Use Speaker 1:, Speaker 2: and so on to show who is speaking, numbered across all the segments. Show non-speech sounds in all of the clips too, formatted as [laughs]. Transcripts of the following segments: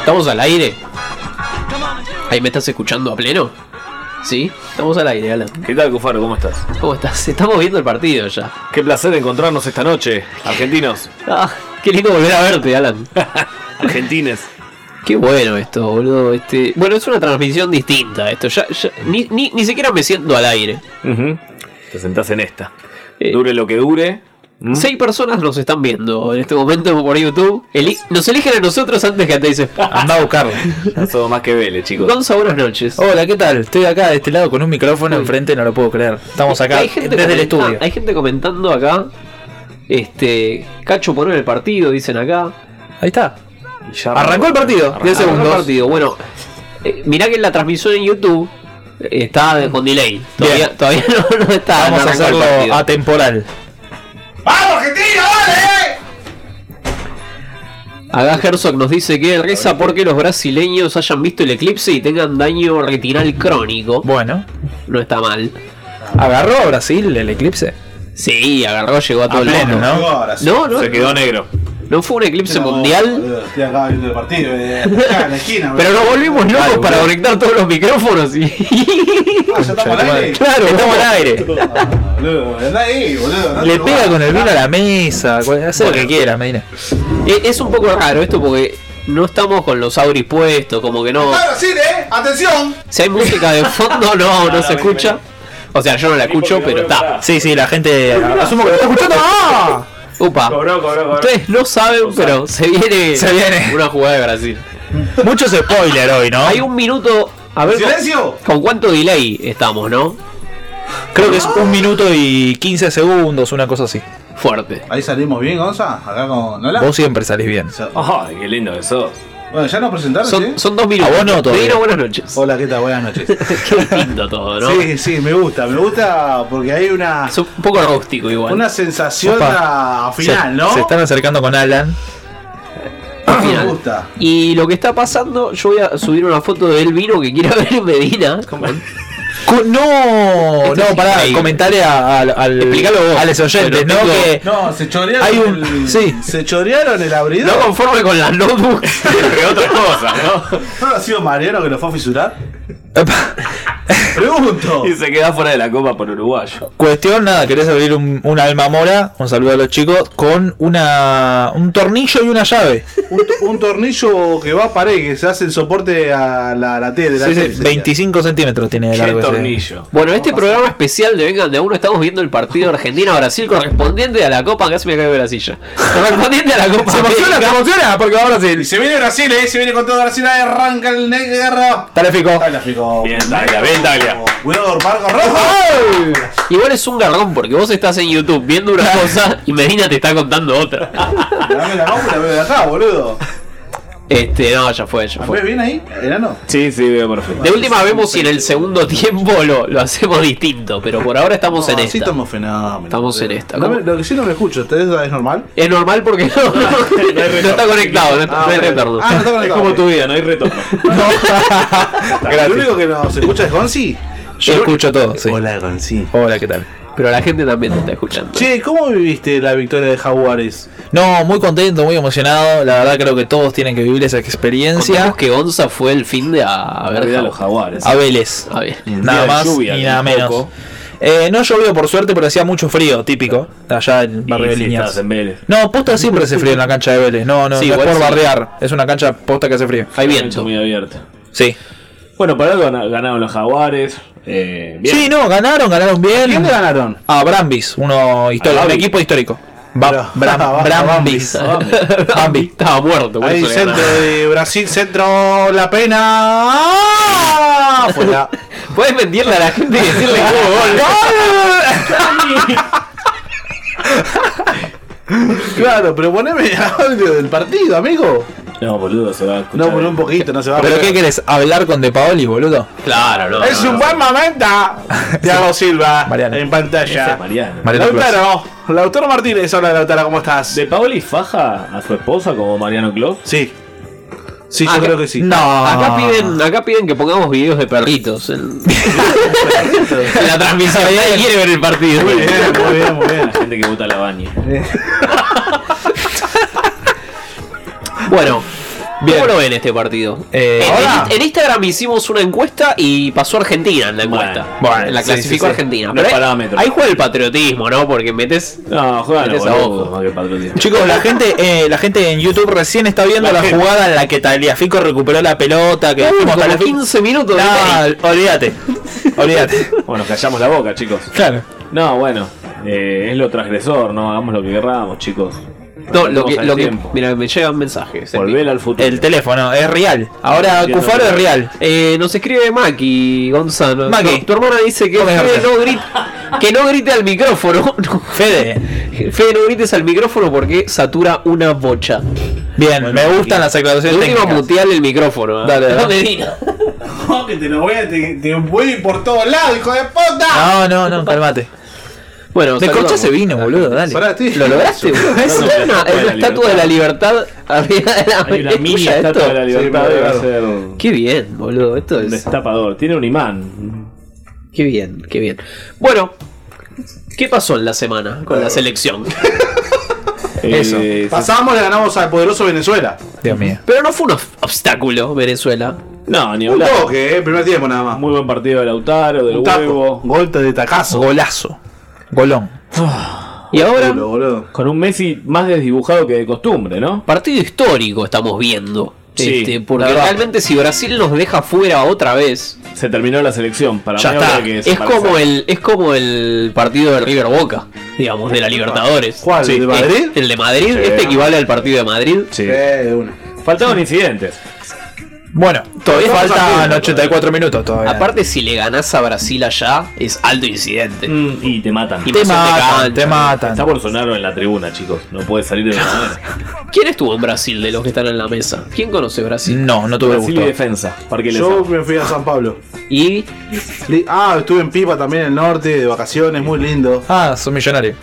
Speaker 1: ¿Estamos al aire? ¿Ahí me estás escuchando a pleno? Sí, estamos al aire, Alan.
Speaker 2: ¿Qué tal, Cufaro? ¿Cómo estás?
Speaker 1: ¿Cómo estás? Estamos viendo el partido ya.
Speaker 2: Qué placer encontrarnos esta noche, argentinos,
Speaker 1: Ah, qué lindo volver a verte, Alan.
Speaker 2: argentines.
Speaker 1: Qué bueno esto, boludo. Este... Bueno, es una transmisión distinta esto. Ya, ya- ni, ni, ni siquiera me siento al aire.
Speaker 2: Ujú. Te sentás en esta.
Speaker 1: Eh.
Speaker 2: Dure lo que dure. ¿Mm?
Speaker 1: Seis personas nos están viendo en este momento por YouTube. Eli- nos eligen a nosotros antes que a Teis
Speaker 3: Anda a buscarlo.
Speaker 2: Ya somos más que Vélez, chicos.
Speaker 1: Gonza, buenas noches.
Speaker 3: Hola, ¿qué tal? Estoy acá de este lado con un micrófono enfrente, no lo puedo creer. Estamos acá
Speaker 1: Hay gente
Speaker 3: desde el
Speaker 1: comenta-
Speaker 3: estudio.
Speaker 1: Hay gente comentando acá. Este. Cacho ponó en el partido, dicen acá.
Speaker 3: Ahí está.
Speaker 2: Y ya
Speaker 3: Arrancó el partido.
Speaker 2: Arrancó.
Speaker 1: Arrancó el
Speaker 3: 10 segundos.
Speaker 1: partido. Bueno, eh, mirá que la transmisión en YouTube eh, está de- con delay. Todavía,
Speaker 3: Bien.
Speaker 1: todavía no, no está.
Speaker 3: Vamos
Speaker 1: Ah, no
Speaker 3: a
Speaker 1: arrancó el
Speaker 3: hacerlo
Speaker 1: partido.
Speaker 3: atemporal.
Speaker 1: Acá Herzog nos dice que él reza porque los brasileños hayan visto el eclipse y tengan daño retinal crónico.
Speaker 3: Bueno,
Speaker 1: No está mal.
Speaker 3: agarró a Brasil el eclipse.
Speaker 1: Sí, agarró, llegó a todo el
Speaker 3: pleno,
Speaker 1: mundo.
Speaker 3: ¿no?
Speaker 4: Llegó ahora, sí.
Speaker 1: No, no,
Speaker 2: Se quedó negro.
Speaker 1: no fue un eclipse
Speaker 4: Pero,
Speaker 1: mundial.
Speaker 4: boludo, Estoy acá viendo el partido. eh, acá en
Speaker 3: [laughs]
Speaker 4: la esquina,
Speaker 1: Pero nos volvimos locos
Speaker 3: Claro,
Speaker 1: para
Speaker 3: boludo.
Speaker 1: conectar todos los micrófonos y. [laughs]
Speaker 4: boludo. Ah, ya estamos al aire.
Speaker 3: Claro, estamos al aire.
Speaker 4: Ah, boludo, andá ahí, boludo. andá
Speaker 3: Le
Speaker 4: otro
Speaker 3: pega
Speaker 4: lugar.
Speaker 3: con el vino a la mesa. cual- Hace lo que quiera, Medina.
Speaker 1: E- Es un poco raro esto porque no estamos con los auris puestos, como que no.
Speaker 4: Claro, sí, eh. Atención.
Speaker 1: Si hay música de fondo, no, no se escucha. O sea, yo no la escucho, pero está.
Speaker 3: Sí, sí, la gente. Asumo que lo
Speaker 1: [laughs]
Speaker 3: está escuchando. ¡Ah!
Speaker 1: Upa.
Speaker 2: Cobró, cobró, cobró.
Speaker 1: Ustedes no saben, pero se viene,
Speaker 3: Se viene.
Speaker 1: una jugada de Brasil.
Speaker 3: Muchos spoiler hoy, ¿no?
Speaker 1: Hay un minuto. A ver. con-
Speaker 4: Silencio.
Speaker 1: ¿Con cuánto delay estamos, no?
Speaker 3: Creo que es un minuto y 15 segundos, una cosa así.
Speaker 1: Fuerte.
Speaker 4: Ahí salimos bien, Gonza. Acá con Nola.
Speaker 3: Vos siempre salís bien.
Speaker 4: O sea,
Speaker 2: Ay, qué lindo que sos.
Speaker 4: Bueno, ya nos presentaron,
Speaker 1: Son,
Speaker 4: ¿sí?
Speaker 1: son dos minutos.
Speaker 3: A vos no, todavía.
Speaker 1: Pedro, buenas noches.
Speaker 4: Hola, ¿qué tal? Buenas
Speaker 1: [laughs]
Speaker 4: noches.
Speaker 3: [laughs]
Speaker 1: Qué lindo todo, ¿no?
Speaker 4: Sí, sí, me gusta. Me gusta porque hay una,
Speaker 1: Es un poco rústico igual.
Speaker 4: una sensación
Speaker 3: Opa.
Speaker 4: a final,
Speaker 3: se,
Speaker 4: ¿no?
Speaker 3: se están acercando con Alan.
Speaker 4: Ah,
Speaker 1: final.
Speaker 4: [coughs] Me gusta.
Speaker 1: Y lo que está pasando, yo voy a subir una foto del vino que quiera [laughs] ver en Medina.
Speaker 3: Cu- No,
Speaker 2: Este
Speaker 1: Esto
Speaker 3: no,
Speaker 1: es
Speaker 3: pará,
Speaker 1: increíble.
Speaker 3: comentale a, al- al-
Speaker 1: Explicalo vos.
Speaker 3: a los oyentes,
Speaker 1: Pero
Speaker 3: ¿no?
Speaker 1: tengo-
Speaker 3: Que
Speaker 4: No, se chorearon.
Speaker 3: Hay un-
Speaker 4: el,
Speaker 3: sí.
Speaker 4: Se chorearon el
Speaker 1: No
Speaker 4: abridor.
Speaker 1: conforme con las notebooks.
Speaker 2: Entre otras cosas, ¿no?
Speaker 4: [laughs] ¿No, ha sido Mariano que lo fue
Speaker 3: [laughs]
Speaker 4: a fisurar?
Speaker 3: Epa.
Speaker 4: Pregunto.
Speaker 2: Y se queda fuera de la copa por uruguayo.
Speaker 3: cuestión, nada, querés abrir un, una alma mora, un saludo a los chicos, con una un tornillo y una llave.
Speaker 4: Un, to- un tornillo que va a pared, que se hace el soporte a la, la T de la T, sería.
Speaker 3: 25 centímetros tiene de
Speaker 2: Qué
Speaker 3: largo. ese.
Speaker 2: tornillo.
Speaker 1: Bueno, este programa especial de Vengan de a Uno estamos viendo el partido Argentina-Brasil correspondiente a la Copa. Casi me caigo de la silla. Correspondiente a la Copa.
Speaker 3: Se emociona, se
Speaker 1: América.
Speaker 3: emociona, porque va a
Speaker 4: Y
Speaker 3: Brasil.
Speaker 4: se viene Brasil, eh, se viene con todo Brasil, ahí arranca el negro.
Speaker 3: Dale, Fico.
Speaker 4: Dale, Fico.
Speaker 2: Bien, Dalia, bien, Dalia.
Speaker 4: Cuidado, barco
Speaker 1: [laughs]
Speaker 4: rojo.
Speaker 1: Ah. Igual es un garrón porque vos estás en YouTube viendo una cosa y Medina te está contando otra.
Speaker 4: [laughs] Dame la mano y la veo de acá,
Speaker 1: [laughs]
Speaker 4: boludo.
Speaker 1: Este, no, ya fue, ya
Speaker 4: ¿Me ves
Speaker 1: fue.
Speaker 4: bien ahí, enano?
Speaker 2: Sí, sí, veo perfecto.
Speaker 1: De última vemos si en el segundo tiempo lo, lo hacemos distinto, pero por ahora estamos en
Speaker 4: No,
Speaker 1: esta.
Speaker 4: así estamos fenómenos.
Speaker 1: Estamos en esta.
Speaker 4: No
Speaker 1: ¿Cómo?
Speaker 4: me- lo que sí no me escucho, ¿ustedes es normal?
Speaker 1: Es normal porque
Speaker 4: [laughs]
Speaker 1: no, no- no está conectado, no, está- no hay
Speaker 4: bueno.
Speaker 1: retorno.
Speaker 4: Ah, no está
Speaker 2: Es
Speaker 4: conectado.
Speaker 2: como tu vida, no hay retorno.
Speaker 4: Lo único que nos escucha es Gonzi.
Speaker 3: Yo escucho todo, sí. Hola.
Speaker 4: Gonzi.
Speaker 3: ¿qué tal?
Speaker 1: Pero la gente también te está escuchando.
Speaker 4: Che, ¿cómo viviste la victoria de Jaguares?
Speaker 3: No, muy contento, muy emocionado. La verdad creo que todos tienen que vivir esa
Speaker 1: Contamos
Speaker 3: experiencia.
Speaker 1: que Gonza fue el fin de a, a ver
Speaker 2: Cuidado a
Speaker 1: Jao-
Speaker 2: los jaguares.
Speaker 3: A Vélez.
Speaker 1: a ver.
Speaker 3: Nada
Speaker 2: Día de
Speaker 3: más
Speaker 2: lluvia,
Speaker 3: y nada
Speaker 2: un
Speaker 3: menos.
Speaker 2: poco.
Speaker 3: Eh, no llovió por suerte, pero hacía mucho frío, típico, allá en Barrio de
Speaker 2: Y si
Speaker 3: Liniers.
Speaker 2: estás en Vélez.
Speaker 3: No, posta siempre hace frío en la cancha de Vélez. No, no,
Speaker 1: Sí,
Speaker 3: no es
Speaker 1: igual
Speaker 3: por
Speaker 1: sí.
Speaker 3: barrear. Es una cancha posta que hace frío.
Speaker 1: Hay viento.
Speaker 2: Muy abierto.
Speaker 3: Sí.
Speaker 2: Bueno, para algo gana- ganaron los jaguares. Eh, bien.
Speaker 3: Sí, no, ganaron, ganaron bien.
Speaker 4: ¿Quién ganaron?
Speaker 3: A Brambis, uno histórico,
Speaker 2: A
Speaker 3: un
Speaker 2: Brambis.
Speaker 3: equipo histórico. Ba-
Speaker 4: Pero- [laughs]
Speaker 3: Bram-
Speaker 4: Ah,
Speaker 3: Brambis.
Speaker 1: Bambi Ah, estaba muerto. por
Speaker 4: Ahí
Speaker 1: eso le
Speaker 4: centro
Speaker 1: ganaba.
Speaker 4: de Brasil, centro, la ¡Ah! pena. Fuera.
Speaker 1: Puedes mentirle a la gente y decirle que hubo gol.
Speaker 4: Claro, pero poneme [laughs] el audio del partido, amigo.
Speaker 2: No, boludo, se va a escuchar.
Speaker 4: No, por un poquito, no se va a
Speaker 3: ¿Pero qué querés? ¿Hablar con De Paoli, boludo?
Speaker 1: Claro, no.
Speaker 4: Es
Speaker 1: no,
Speaker 4: un
Speaker 1: no.
Speaker 4: buen momento. Thiago Silva
Speaker 3: Mariano.
Speaker 4: en
Speaker 2: Ese
Speaker 4: pantalla.
Speaker 2: es Mariano.
Speaker 3: Mariano Clos.
Speaker 4: Lautaro, Lautaro Martínez, hola Lautaro, ¿cómo estás?
Speaker 2: ¿De Paoli faja a su esposa como Mariano Klopp?
Speaker 4: Sí. Sí,
Speaker 1: Ah,
Speaker 4: yo
Speaker 1: que-
Speaker 4: creo que sí.
Speaker 3: No.
Speaker 1: Acá piden, acá piden que pongamos videos de perritos
Speaker 3: [laughs]
Speaker 1: en, [laughs] en la transmisión. Nadie quiere ver el partido.
Speaker 4: [laughs] Muy bien, muy bien, muy bien.
Speaker 2: La gente que vota la baña.
Speaker 1: Bueno,
Speaker 3: Bien.
Speaker 1: ¿Cómo lo ven este partido?
Speaker 3: Eh,
Speaker 1: en,
Speaker 3: ahora-
Speaker 1: en- en Instagram hicimos una encuesta y pasó Argentina en la encuesta.
Speaker 5: Bueno,
Speaker 3: bueno,
Speaker 1: la
Speaker 3: sí,
Speaker 1: clasificó
Speaker 3: sí, sí.
Speaker 1: Argentina.
Speaker 5: Los
Speaker 1: Pero ahí-
Speaker 5: parámetros.
Speaker 1: ahí juega el patriotismo, ¿no? Porque metes.
Speaker 3: Uh,
Speaker 5: No, juegan
Speaker 1: Metes a
Speaker 5: a
Speaker 1: ojo.
Speaker 5: ojo. Más que patriotismo.
Speaker 3: Chicos, la gente, eh, la gente en YouTube recién está viendo la,
Speaker 5: La gente.
Speaker 3: jugada en la que Taliafico recuperó la pelota, que
Speaker 1: Uy,
Speaker 3: como
Speaker 1: como
Speaker 3: Tagliafico-
Speaker 1: 15 minutos de
Speaker 3: No, olvídate. Olvídate.
Speaker 5: Bueno, callamos la boca, chicos.
Speaker 3: Claro.
Speaker 5: No, bueno, eh, es lo transgresor, no hagamos lo que querramos, chicos.
Speaker 1: [laughs] No, lo que,
Speaker 5: Respetemos al
Speaker 1: lo que
Speaker 5: tiempo.
Speaker 1: mira, me llegan mensajes.
Speaker 5: Volver al futuro.
Speaker 3: El teléfono es real. Ahora
Speaker 5: Entiendo,
Speaker 3: Cufaro es
Speaker 5: pero-
Speaker 3: real.
Speaker 1: Eh, nos escribe Maki Gonzalo.
Speaker 3: Maki.
Speaker 1: Tu, tu hermana dice que
Speaker 3: Come
Speaker 1: Fede
Speaker 3: garza.
Speaker 1: no, grite, que no grite al micrófono. [laughs] No.
Speaker 3: Fede.
Speaker 1: Fede, no grites al micrófono porque satura una bocha.
Speaker 3: Bien, me gustan las
Speaker 1: El
Speaker 3: aclaraciones
Speaker 1: último
Speaker 3: técnicas.
Speaker 1: muteale el micrófono. ¿eh?
Speaker 3: Dale, dale.
Speaker 1: No me digas.
Speaker 4: [laughs] No, que te lo voy a. Te, te voy por todos lados, hijo de puta.
Speaker 3: No, no, no, calmate.
Speaker 1: Bueno,
Speaker 3: Descorchá ese
Speaker 1: saludamos.
Speaker 3: vino, boludo, dale.
Speaker 4: Pará, estoy-
Speaker 1: ¿Lo
Speaker 4: [laughs]
Speaker 1: lograste? boludo? Es
Speaker 5: [laughs] no,
Speaker 1: una,
Speaker 5: la estatua
Speaker 1: es
Speaker 5: de
Speaker 1: una
Speaker 5: la
Speaker 1: estatua de la libertad arriba de la
Speaker 5: Hay una
Speaker 1: ¿Es
Speaker 5: mini
Speaker 1: tuya
Speaker 5: estatua
Speaker 1: esto?
Speaker 5: de la
Speaker 4: Sí,
Speaker 5: libertad
Speaker 4: me
Speaker 5: debe
Speaker 4: acuerdo.
Speaker 5: ser un
Speaker 1: Qué bien, boludo. Esto es.
Speaker 5: destapador. Tiene un imán.
Speaker 1: Qué bien, qué bien. Bueno, ¿qué pasó en la semana con la selección?
Speaker 3: Eso.
Speaker 5: Eh,
Speaker 4: Pasamos, le ganamos al poderoso Venezuela.
Speaker 3: Dios mío.
Speaker 1: Pero no fue un ob- obstáculo Venezuela.
Speaker 5: No, ni
Speaker 4: Un
Speaker 5: hablar.
Speaker 4: toque, eh, primer tiempo nada más.
Speaker 5: Muy buen partido de Lautaro, del
Speaker 4: Un taco.
Speaker 5: huevo.
Speaker 4: Golpe de tacazo.
Speaker 3: Golazo. Golón.
Speaker 1: Y ahora,
Speaker 4: Culo, boludo.
Speaker 5: Con un Messi más desdibujado que de costumbre, ¿no?
Speaker 1: partido histórico estamos viendo.
Speaker 5: Sí,
Speaker 1: Este, porque
Speaker 5: la verdad.
Speaker 1: realmente si Brasil nos deja fuera otra vez,
Speaker 5: Se terminó la selección. Para
Speaker 3: Ya
Speaker 5: mí
Speaker 3: está.
Speaker 5: habría que
Speaker 1: es como,
Speaker 5: desaparecer.
Speaker 1: el, es como el partido de River Boca, digamos, de la Libertadores.
Speaker 4: ¿Cuál? ¿El de Madrid?
Speaker 1: El, de Madrid, este equivale al partido de Madrid.
Speaker 5: Sí.
Speaker 4: Eh, de una.
Speaker 5: Faltaron incidentes.
Speaker 3: Bueno, todavía
Speaker 4: Estamos
Speaker 3: faltan
Speaker 4: haciendo,
Speaker 3: 84 minutos todavía.
Speaker 1: Aparte, si le ganás a Brasil allá, es alto incidente.
Speaker 5: Y Mm. te matan.
Speaker 1: Y-
Speaker 3: te
Speaker 1: no se te
Speaker 3: matan,
Speaker 1: canta.
Speaker 3: te
Speaker 5: Está
Speaker 3: matan.
Speaker 5: Bolsonaro en la tribuna, chicos. No puede salir de la manera.
Speaker 1: ¿Quién estuvo en Brasil de los que están en la mesa? ¿Quién conoce Brasil?
Speaker 3: No, no tuve
Speaker 5: Brasil y
Speaker 3: gusto.
Speaker 5: defensa. Parque
Speaker 4: Yo
Speaker 5: Lezama.
Speaker 4: me fui a San Pablo.
Speaker 1: Y
Speaker 4: Li- Ah, estuve en Pipa también en el norte, de vacaciones, muy lindo.
Speaker 3: Ah, son millonario.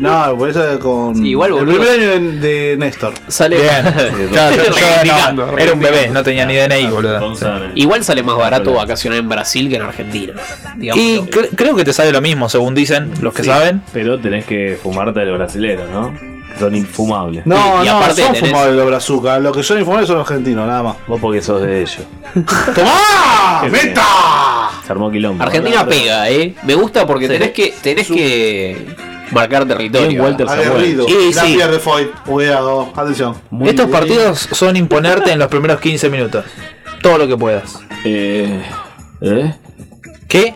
Speaker 4: No, por eso con.
Speaker 1: Sí, igual,
Speaker 4: El
Speaker 1: boludo.
Speaker 4: primer año en- de Néstor.
Speaker 1: sale. [laughs]
Speaker 3: Bien. Claro, yo- yo-
Speaker 1: Reivindicando,
Speaker 3: no, era un bebé, no tenía ni DNI, boludo.
Speaker 5: González.
Speaker 1: Igual sale más barato vacacionar en Brasil que en Argentina. digamos.
Speaker 3: Y cre- creo que te sale lo mismo, según dicen los que
Speaker 5: Sí,
Speaker 3: saben.
Speaker 5: Pero tenés que fumarte del brasilero, ¿no? Son infumables.
Speaker 4: No,
Speaker 1: y
Speaker 4: no,
Speaker 1: aparte
Speaker 4: son
Speaker 1: tenés-
Speaker 4: fumables los brazucas. Los que son infumables son los argentinos, nada más.
Speaker 5: Vos porque sos de ellos.
Speaker 4: ¡Tomá!
Speaker 5: [laughs] Qué bien.
Speaker 4: ¡Meta!
Speaker 5: Se armó quilombo.
Speaker 1: Argentina pega, ¿eh? Me gusta porque tenés que tenés que marcar
Speaker 5: Bien,
Speaker 1: territorio.
Speaker 5: Walter.
Speaker 4: Aguerrido.
Speaker 1: Y sí.
Speaker 4: Gracias de Foy. Cuidado, atención.
Speaker 5: Muy
Speaker 3: Estos
Speaker 5: bien.
Speaker 3: partidos son imponerte en los primeros 15 minutos. Todo lo que puedas.
Speaker 5: Eh. ¿Eh?
Speaker 3: ¿Qué?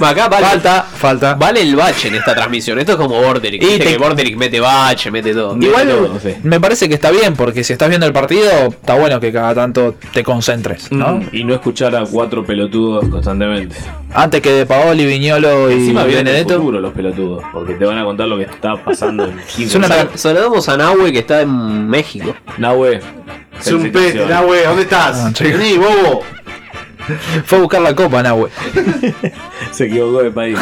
Speaker 1: Acá vale,
Speaker 3: Falta, falta.
Speaker 1: vale el bache en esta transmisión. Esto es como Borderic.
Speaker 3: Y
Speaker 1: Viste
Speaker 3: te-
Speaker 1: que Borderic mete bache, mete todo.
Speaker 5: Mete
Speaker 3: Igual
Speaker 5: todo, sí.
Speaker 3: me parece que está bien, porque si estás viendo el partido, está bueno que cada tanto te concentres, ¿no?
Speaker 5: Y no escuchar a cuatro pelotudos constantemente.
Speaker 3: Antes que de Paoli, Viñolo y
Speaker 5: Encima vienen de
Speaker 3: Benedetto.
Speaker 5: futuro los pelotudos, porque te van a contar lo que está pasando en 15
Speaker 3: Suena
Speaker 5: minutos.
Speaker 1: Sal- Saludamos a Nahue que está en
Speaker 3: [laughs]
Speaker 1: México.
Speaker 5: Nahue.
Speaker 4: Es un pete,
Speaker 5: felicitaciones.
Speaker 4: la wea. ¿Dónde estás?
Speaker 3: Ah, chico.
Speaker 4: Vení, bobo.
Speaker 3: Fue a buscar la copa, Nahue.
Speaker 5: Se equivocó de país.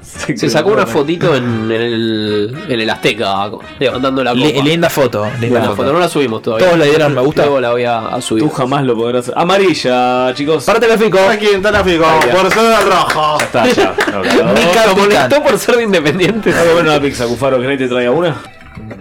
Speaker 1: Se
Speaker 5: equivocó
Speaker 1: sacó
Speaker 5: de
Speaker 1: una
Speaker 5: país.
Speaker 1: fotito en, en el, en el Azteca, levantando la copa.
Speaker 3: Li- linda foto, linda
Speaker 1: Una
Speaker 3: foto.
Speaker 1: foto, no la subimos todavía.
Speaker 3: Todos le dieron me gusta.
Speaker 1: Luego la voy a, a subir.
Speaker 5: Tú jamás lo podrás. Amarilla, chicos.
Speaker 3: Parte la fico.
Speaker 4: Está aquí en Tanafico. Por ser el rojo.
Speaker 5: Está ya. No, claro.
Speaker 3: Mi
Speaker 1: Lo molestó
Speaker 3: capitán.
Speaker 1: por ser de independiente.
Speaker 5: Algo bueno la pizza, Cufaro, ¿querés que te traiga una?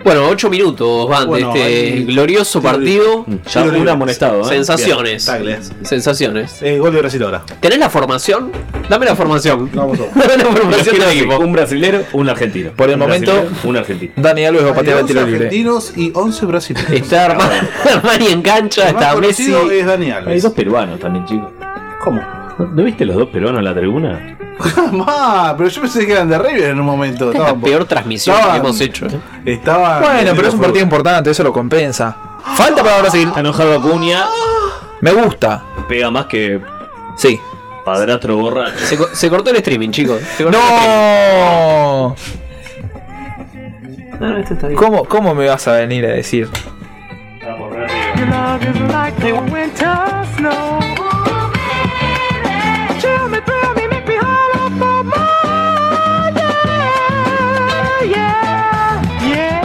Speaker 1: Bueno, ocho minutos van
Speaker 4: Bueno,
Speaker 1: de este
Speaker 4: ahí-
Speaker 1: glorioso partido.
Speaker 5: Ya
Speaker 4: Sí,
Speaker 5: un
Speaker 4: sí.
Speaker 5: amonestado, ¿eh?
Speaker 1: Sensaciones.
Speaker 4: Tagle.
Speaker 1: Sensaciones.
Speaker 4: Eh, gol de Brasil ahora.
Speaker 1: ¿Tenés la formación? Dame la formación.
Speaker 4: Vamos a ver.
Speaker 1: [laughs] Dame la
Speaker 5: Bien.
Speaker 1: formación del
Speaker 5: Imagínate,
Speaker 1: equipo.
Speaker 5: Un brasilero, un argentino.
Speaker 3: Por el
Speaker 5: Un
Speaker 3: momento-
Speaker 5: brasilero, Un argentino.
Speaker 3: Dani Alves va a patear
Speaker 4: Hay
Speaker 3: el tiro
Speaker 4: 11
Speaker 3: libre.
Speaker 4: argentinos y 11
Speaker 1: [laughs]
Speaker 4: brasileños.
Speaker 1: Está Armani, Armani en cancha,
Speaker 4: El más
Speaker 1: está Messi.
Speaker 4: conocido es Dani
Speaker 5: Hay
Speaker 4: Alves.
Speaker 5: dos peruanos también, chicos.
Speaker 4: ¿Cómo? [laughs]
Speaker 5: ¿No- ¿No viste los dos peruanos en la tribuna?
Speaker 4: Jamás, pero yo pensé que eran de River en un
Speaker 3: [laughs]
Speaker 4: momento.
Speaker 1: Esta es la
Speaker 4: Estaban-
Speaker 1: peor transmisión que
Speaker 4: estaban-
Speaker 1: hemos hecho. ¿eh?
Speaker 4: Estaban.
Speaker 3: Bueno, pero es un partido importante, eso lo compensa. Falta para Brasil.
Speaker 5: Está enojado Acuña.
Speaker 3: Me gusta.
Speaker 5: Pega más que
Speaker 3: Sí.
Speaker 5: padrastro borracho.
Speaker 1: Se, co- se cortó el streaming, chicos. Se cortó el streaming.
Speaker 3: ¡No! ¿Cómo, ¿Cómo me vas a venir a decir?
Speaker 6: love is like the winter snow. Chill me, thrill me, make me holler for more. Yeah, yeah,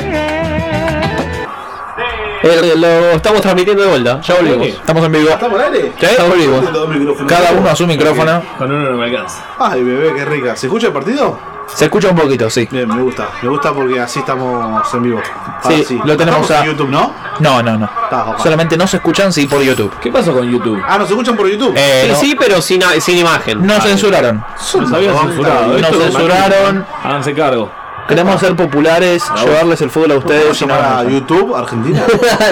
Speaker 6: yeah.
Speaker 1: El- lo estamos transmitiendo de vuelta, ya volvimos.
Speaker 3: Estamos en vivo.
Speaker 4: ¿Estamos al aire?
Speaker 3: Sí, volvimos.
Speaker 4: Dos micrófonos.
Speaker 3: Cada uno a su micrófono.
Speaker 5: Con uno no me alcanza.
Speaker 4: Ay, bebé, qué rica. ¿Se escucha el partido?
Speaker 3: Se escucha un poquito, sí.
Speaker 4: Bien, me gusta. Me gusta porque así estamos en vivo. Ahora
Speaker 3: Sí, lo tenemos
Speaker 4: Estamos
Speaker 3: a-
Speaker 4: en YouTube, ¿no?
Speaker 3: No, no, no.
Speaker 4: Está, papá.
Speaker 3: Solamente no se escuchan, sí, por YouTube.
Speaker 5: ¿Qué pasó con YouTube?
Speaker 4: Ah, ¿nos escuchan por YouTube?
Speaker 3: Eh,
Speaker 1: Sí,
Speaker 3: no,
Speaker 1: sí, pero sin, sin imagen.
Speaker 3: Nos censuraron.
Speaker 5: Nos habían
Speaker 4: Nos
Speaker 5: censurado.
Speaker 3: Nos
Speaker 5: Esto es
Speaker 3: censuraron.
Speaker 5: magnífico. Háganse cargo.
Speaker 3: Queremos ser populares, llevarles el fútbol a ustedes.
Speaker 4: ¿Podemos
Speaker 3: y no-
Speaker 4: llamar a YouTube
Speaker 3: [laughs]
Speaker 4: Argentina?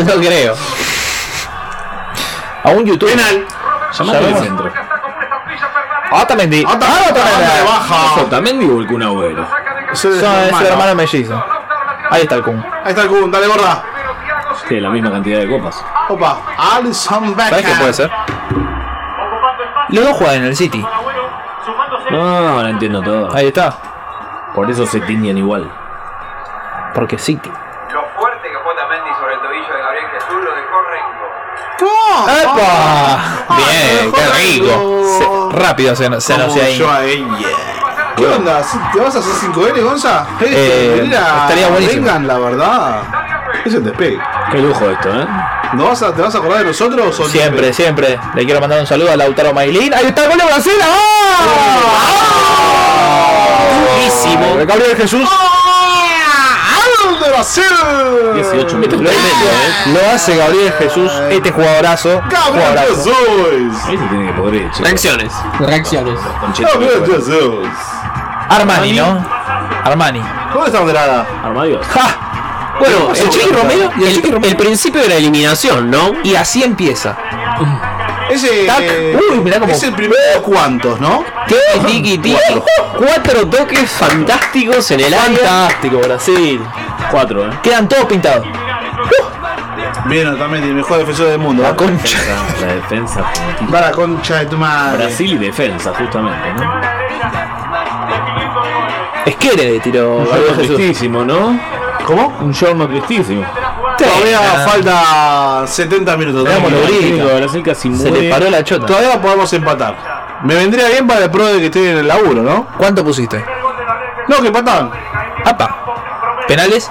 Speaker 3: no creo. A un YouTube.
Speaker 5: Llamate al
Speaker 3: Llamemos.
Speaker 5: centro.
Speaker 3: Otamendi. Ah, Otamendi.
Speaker 4: baja!
Speaker 5: Otamendi o el Kun Agüero.
Speaker 4: Soy de
Speaker 3: No, es
Speaker 4: su
Speaker 3: el
Speaker 4: hermano.
Speaker 3: hermano mellizo. Ahí está el Kun.
Speaker 4: Ahí está el Kun, dale gorda.
Speaker 5: Tiene la misma cantidad de copas.
Speaker 4: Opa, Alison Beckham.
Speaker 3: ¿Sabes qué puede ser? Los dos juegan en el City.
Speaker 5: No, la entiendo todo.
Speaker 3: Ahí está.
Speaker 5: Por eso se tiñen igual.
Speaker 3: Porque City.
Speaker 7: Lo fuerte que fue Tamendi sobre el tobillo de Gabriel Jesús lo dejó rengo.
Speaker 4: ¡Oh!
Speaker 3: ¡Epa! Bien, qué rico. Se- rápido se, se nos
Speaker 4: Como
Speaker 3: hacía ahí.
Speaker 4: yo a ella. ¿Qué onda? ¿Te vas a hacer 5L, Gonza? Eres
Speaker 3: Eh,
Speaker 4: de venir a-
Speaker 3: estaría buenísimo.
Speaker 4: Vengan, la verdad. Es el despegue.
Speaker 5: Qué lujo esto, ¿eh?
Speaker 4: ¿No vas a, ¿Te vas a acordar de nosotros o
Speaker 3: Siempre, siempre. Le quiero mandar un saludo a Lautaro Mailín. Ahí está el gol de Brasil. ¡Ah!
Speaker 1: Buenísimo.
Speaker 3: De Gabriel Jesús.
Speaker 4: ¡Al ¡Ah! de Brasil!
Speaker 5: 18 minutos.
Speaker 3: Lo, ¿eh? lo hace Gabriel Jesús, este jugadorazo.
Speaker 4: ¡Gabriel
Speaker 3: jugadorazo.
Speaker 4: Jesús!
Speaker 5: Ahí se tiene que podrir, chicos.
Speaker 1: Reacciones.
Speaker 8: Reacciones.
Speaker 5: Conchete,
Speaker 4: ¡Gabriel
Speaker 5: bueno.
Speaker 4: Jesús!
Speaker 3: Armani, ¿no? Armani.
Speaker 4: ¿Dónde está Andrada?
Speaker 5: Armadios.
Speaker 3: ¡Ja!
Speaker 1: Bueno,
Speaker 3: el Chiqui Romero y el Chiqui
Speaker 1: el,
Speaker 3: Romero.
Speaker 1: el principio de la eliminación, ¿no?
Speaker 3: Y así empieza.
Speaker 4: Ese. eh,
Speaker 3: Tac. Uy, mirá cómo-
Speaker 4: Es el primero de los cuantos, ¿no?
Speaker 1: ¿Qué? Tiki, tiki. Cuatro toques fantásticos en el área.
Speaker 3: Fantástico, Brasil.
Speaker 5: 4, [laughs] ¿eh?
Speaker 3: Quedan todos pintados.
Speaker 4: Bien, también el mejor defensor del mundo.
Speaker 3: La concha.
Speaker 5: La defensa.
Speaker 4: Va la concha de tu madre.
Speaker 5: Brasil y defensa, justamente, ¿no?
Speaker 3: Esquere le tiró
Speaker 5: Un
Speaker 3: Gabriel
Speaker 5: giorno
Speaker 3: Jesús.
Speaker 5: tristísimo, ¿no?
Speaker 4: ¿Cómo?
Speaker 5: Un giorno tristísimo.
Speaker 4: Todavía falta 70 minutos.
Speaker 3: Veamos
Speaker 4: Todavía-
Speaker 3: lo
Speaker 5: El
Speaker 3: grita.
Speaker 5: técnico de Brasil casi
Speaker 3: Se
Speaker 5: muere.
Speaker 3: le paró la chota.
Speaker 4: Todavía podemos empatar. Me vendría bien para el pro de que esté en el laburo, ¿no?
Speaker 3: ¿Cuánto pusiste?
Speaker 4: No, que empataban.
Speaker 3: Apa. ¿Penales?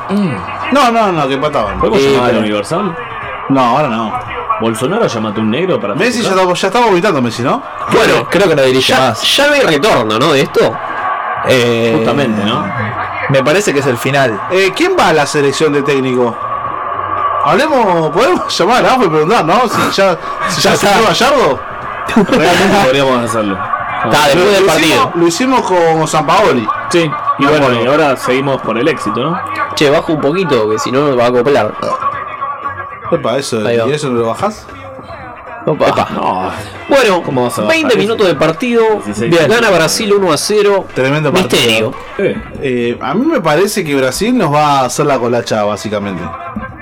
Speaker 4: No, no, no, que empataban.
Speaker 5: ¿Podemos
Speaker 3: Eh,
Speaker 5: llamar al
Speaker 3: bueno.
Speaker 5: Universal?
Speaker 4: No, ahora no.
Speaker 5: ¿Bolsonaro llamate un negro para
Speaker 4: Messi ya
Speaker 5: festejar?
Speaker 4: está, ya está vomitando, Messi, ¿no?
Speaker 3: Bueno, creo que no dirige
Speaker 1: Ya,
Speaker 3: más. Ah,
Speaker 1: ya no hay retorno, ¿no? De esto.
Speaker 3: Eh,
Speaker 5: Justamente, [laughs] ¿no?
Speaker 3: Me parece que es el final.
Speaker 4: Eh, ¿Quién va a la selección de técnico? Hablemos, podemos [laughs] llamar a Rafa y preguntar, ¿no? Si ya, si ya
Speaker 3: Ya
Speaker 4: asumió
Speaker 3: está.
Speaker 4: Gallardo.
Speaker 5: Realmente podríamos hacerlo.
Speaker 1: Está Ah, después del
Speaker 4: Lo
Speaker 1: partido.
Speaker 4: hicimos, lo hicimos con Sampaoli.
Speaker 5: Sí, y
Speaker 4: Me
Speaker 5: bueno,
Speaker 4: acuerdo.
Speaker 5: y ahora seguimos por el éxito, ¿no?
Speaker 1: Che, bajo un poquito, que si no me va a acoplar.
Speaker 4: Epa, eso,
Speaker 1: Ahí va.
Speaker 4: ¿y eso no lo bajás?
Speaker 1: Opa.
Speaker 5: No,
Speaker 1: Bueno,
Speaker 5: ¿Cómo vas a bajar
Speaker 1: 20
Speaker 5: eso?
Speaker 1: minutos de partido.
Speaker 5: 16.
Speaker 1: Bien, Gana Brasil 1 a 0.
Speaker 4: Tremendo partido.
Speaker 1: Misterio.
Speaker 5: eh,
Speaker 4: Eh, a mí me parece que Brasil nos va a hacer la colacha, básicamente.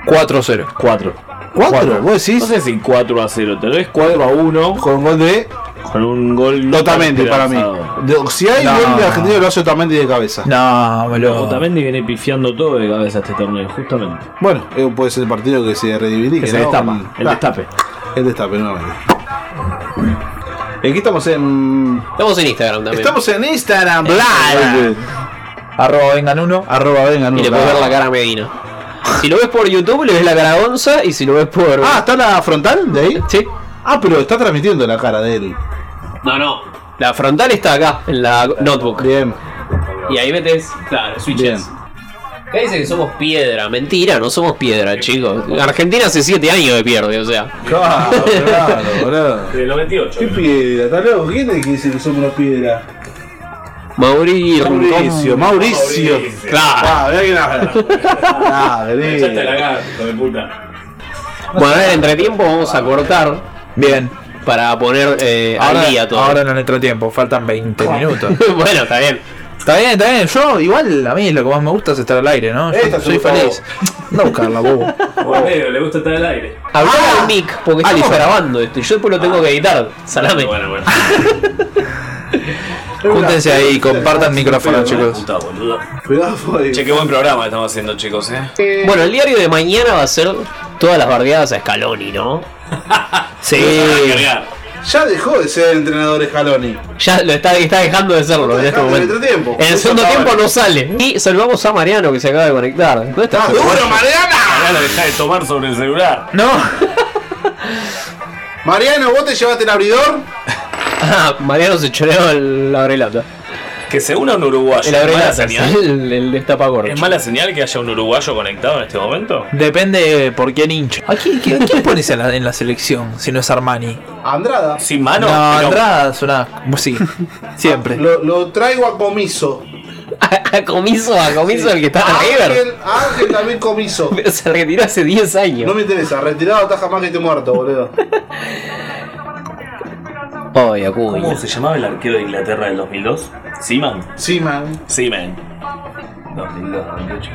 Speaker 3: 4-0.
Speaker 5: 4.
Speaker 4: ¿Cuatro? ¿Vos
Speaker 5: No
Speaker 4: decís?
Speaker 5: sé si 4 a 0, tal vez 4 a 1
Speaker 4: Con gol de
Speaker 5: con un gol.
Speaker 4: Otamendi para mí.
Speaker 5: esperanzado.
Speaker 4: De- si hay
Speaker 3: No.
Speaker 4: gol de Argentina, lo hace Otamendi de cabeza.
Speaker 3: No, boludo.
Speaker 5: Otamendi viene pifiando todo de cabeza este torneo, justamente.
Speaker 4: Bueno, eh, puede ser el partido que se reivindique.
Speaker 5: Que se
Speaker 4: ¿no?
Speaker 5: destapa, el
Speaker 4: Ah,
Speaker 5: destape.
Speaker 4: El destape, nuevamente. Aquí estamos en.
Speaker 1: Estamos en Instagram también.
Speaker 4: Estamos en Instagram Live.
Speaker 3: Arroba vengan uno.
Speaker 4: Arroba vengan
Speaker 1: Y
Speaker 4: un
Speaker 1: le puedes ver
Speaker 4: lado.
Speaker 1: la cara a Medina. Si lo ves por YouTube, le ves la cara a Gonza. Y si lo ves por.
Speaker 4: Ah, ¿está la frontal de ahí?
Speaker 1: sí.
Speaker 4: Ah, pero está transmitiendo la cara de él.
Speaker 1: No, no. La frontal está acá, en la notebook.
Speaker 4: Bien,
Speaker 1: Y ahí metes. Claro,
Speaker 4: bien.
Speaker 1: Acá dice que somos piedra. Mentira, no somos piedra, chicos. Argentina hace 7 años que pierde, o sea.
Speaker 4: Claro, claro, [laughs] boludo.
Speaker 5: Del 98.
Speaker 4: ¿Qué piedra? ¿Está loco? ¿Quién es que dice que somos una piedra?
Speaker 1: Mauri
Speaker 4: Mauricio, Mauricio.
Speaker 1: Claro.
Speaker 4: Ah, mirá que nada. Ah, [laughs] vení.
Speaker 5: de [laughs] puta.
Speaker 1: Bueno, ahora en entretiempo vamos a cortar
Speaker 3: Bien.
Speaker 1: para poner eh,
Speaker 3: Ahora,
Speaker 1: al día todo.
Speaker 3: ahora no le entró tiempo. Faltan 20 minutos.
Speaker 1: [laughs] bueno, está bien.
Speaker 3: Está bien, está bien. Yo, igual, a mí lo que más me gusta es estar al aire, ¿no? Yo
Speaker 4: Esta
Speaker 3: soy
Speaker 4: es un
Speaker 3: feliz. No buscarla, bobo.
Speaker 5: le gusta estar al aire.
Speaker 1: Hablá
Speaker 3: Ah.
Speaker 1: al mic, porque estamos
Speaker 3: Alison.
Speaker 1: grabando esto y yo después lo tengo que editar. Salame.
Speaker 5: Bueno, bueno.
Speaker 3: Júntense ahí, compartan micrófono, chicos.
Speaker 5: Puta, boludo.
Speaker 4: Cuidado, Fabi.
Speaker 5: Che, qué buen programa estamos haciendo, chicos, eh.
Speaker 1: Bueno, el diario de
Speaker 5: [laughs]
Speaker 1: mañana va a ser todas las bardeadas a Scaloni, ¿no?
Speaker 3: Sí.
Speaker 5: Cargar.
Speaker 4: Ya dejó de ser entrenador de Jaloni.
Speaker 1: Ya lo está, está dejando de serlo en este
Speaker 4: Dejando en
Speaker 1: momento.
Speaker 4: el entretiempo.
Speaker 1: En el
Speaker 4: Justo
Speaker 1: segundo
Speaker 4: acaba.
Speaker 1: tiempo no sale. Y saludamos a Mariano que se acaba de conectar. ¿Dónde
Speaker 5: Ah,
Speaker 1: estás?
Speaker 4: ¡Duro, Mariana!
Speaker 2: Ahora deja de tomar sobre el celular.
Speaker 3: No, [laughs]
Speaker 4: Mariano, ¿vos te llevaste el abridor?
Speaker 1: [laughs] Ah, Mariano se choreó el, la abrelata.
Speaker 5: Que se una un uruguayo.
Speaker 1: El
Speaker 5: ¿Es mala
Speaker 1: abrelata,
Speaker 5: señal?
Speaker 1: [laughs] el, el destapacorcho.
Speaker 5: ¿Es mala señal que haya un uruguayo conectado en este momento?
Speaker 3: depende por quién hincha. ¿A quién, quién, quién pones en la, en la selección si no es Armani?
Speaker 4: Andrada.
Speaker 5: Sin mano.
Speaker 3: No,
Speaker 5: Ah, pero-
Speaker 3: Andrada suena. Sí, siempre.
Speaker 4: Lo, lo traigo a comiso.
Speaker 1: [laughs] A comiso, a comiso el que está en River.
Speaker 4: Ángel, Ángel también comiso.
Speaker 3: Ah,
Speaker 1: Pero [laughs] se retiró hace 10
Speaker 4: No
Speaker 1: años.
Speaker 4: me interesa, retirado está jamás que esté muerto, boludo.
Speaker 1: Ay, Acuña.
Speaker 5: ¿Cómo se llamaba el arquero de Inglaterra del 2002? Seaman.
Speaker 4: Sí, man.
Speaker 5: Seaman. 2002, 2008.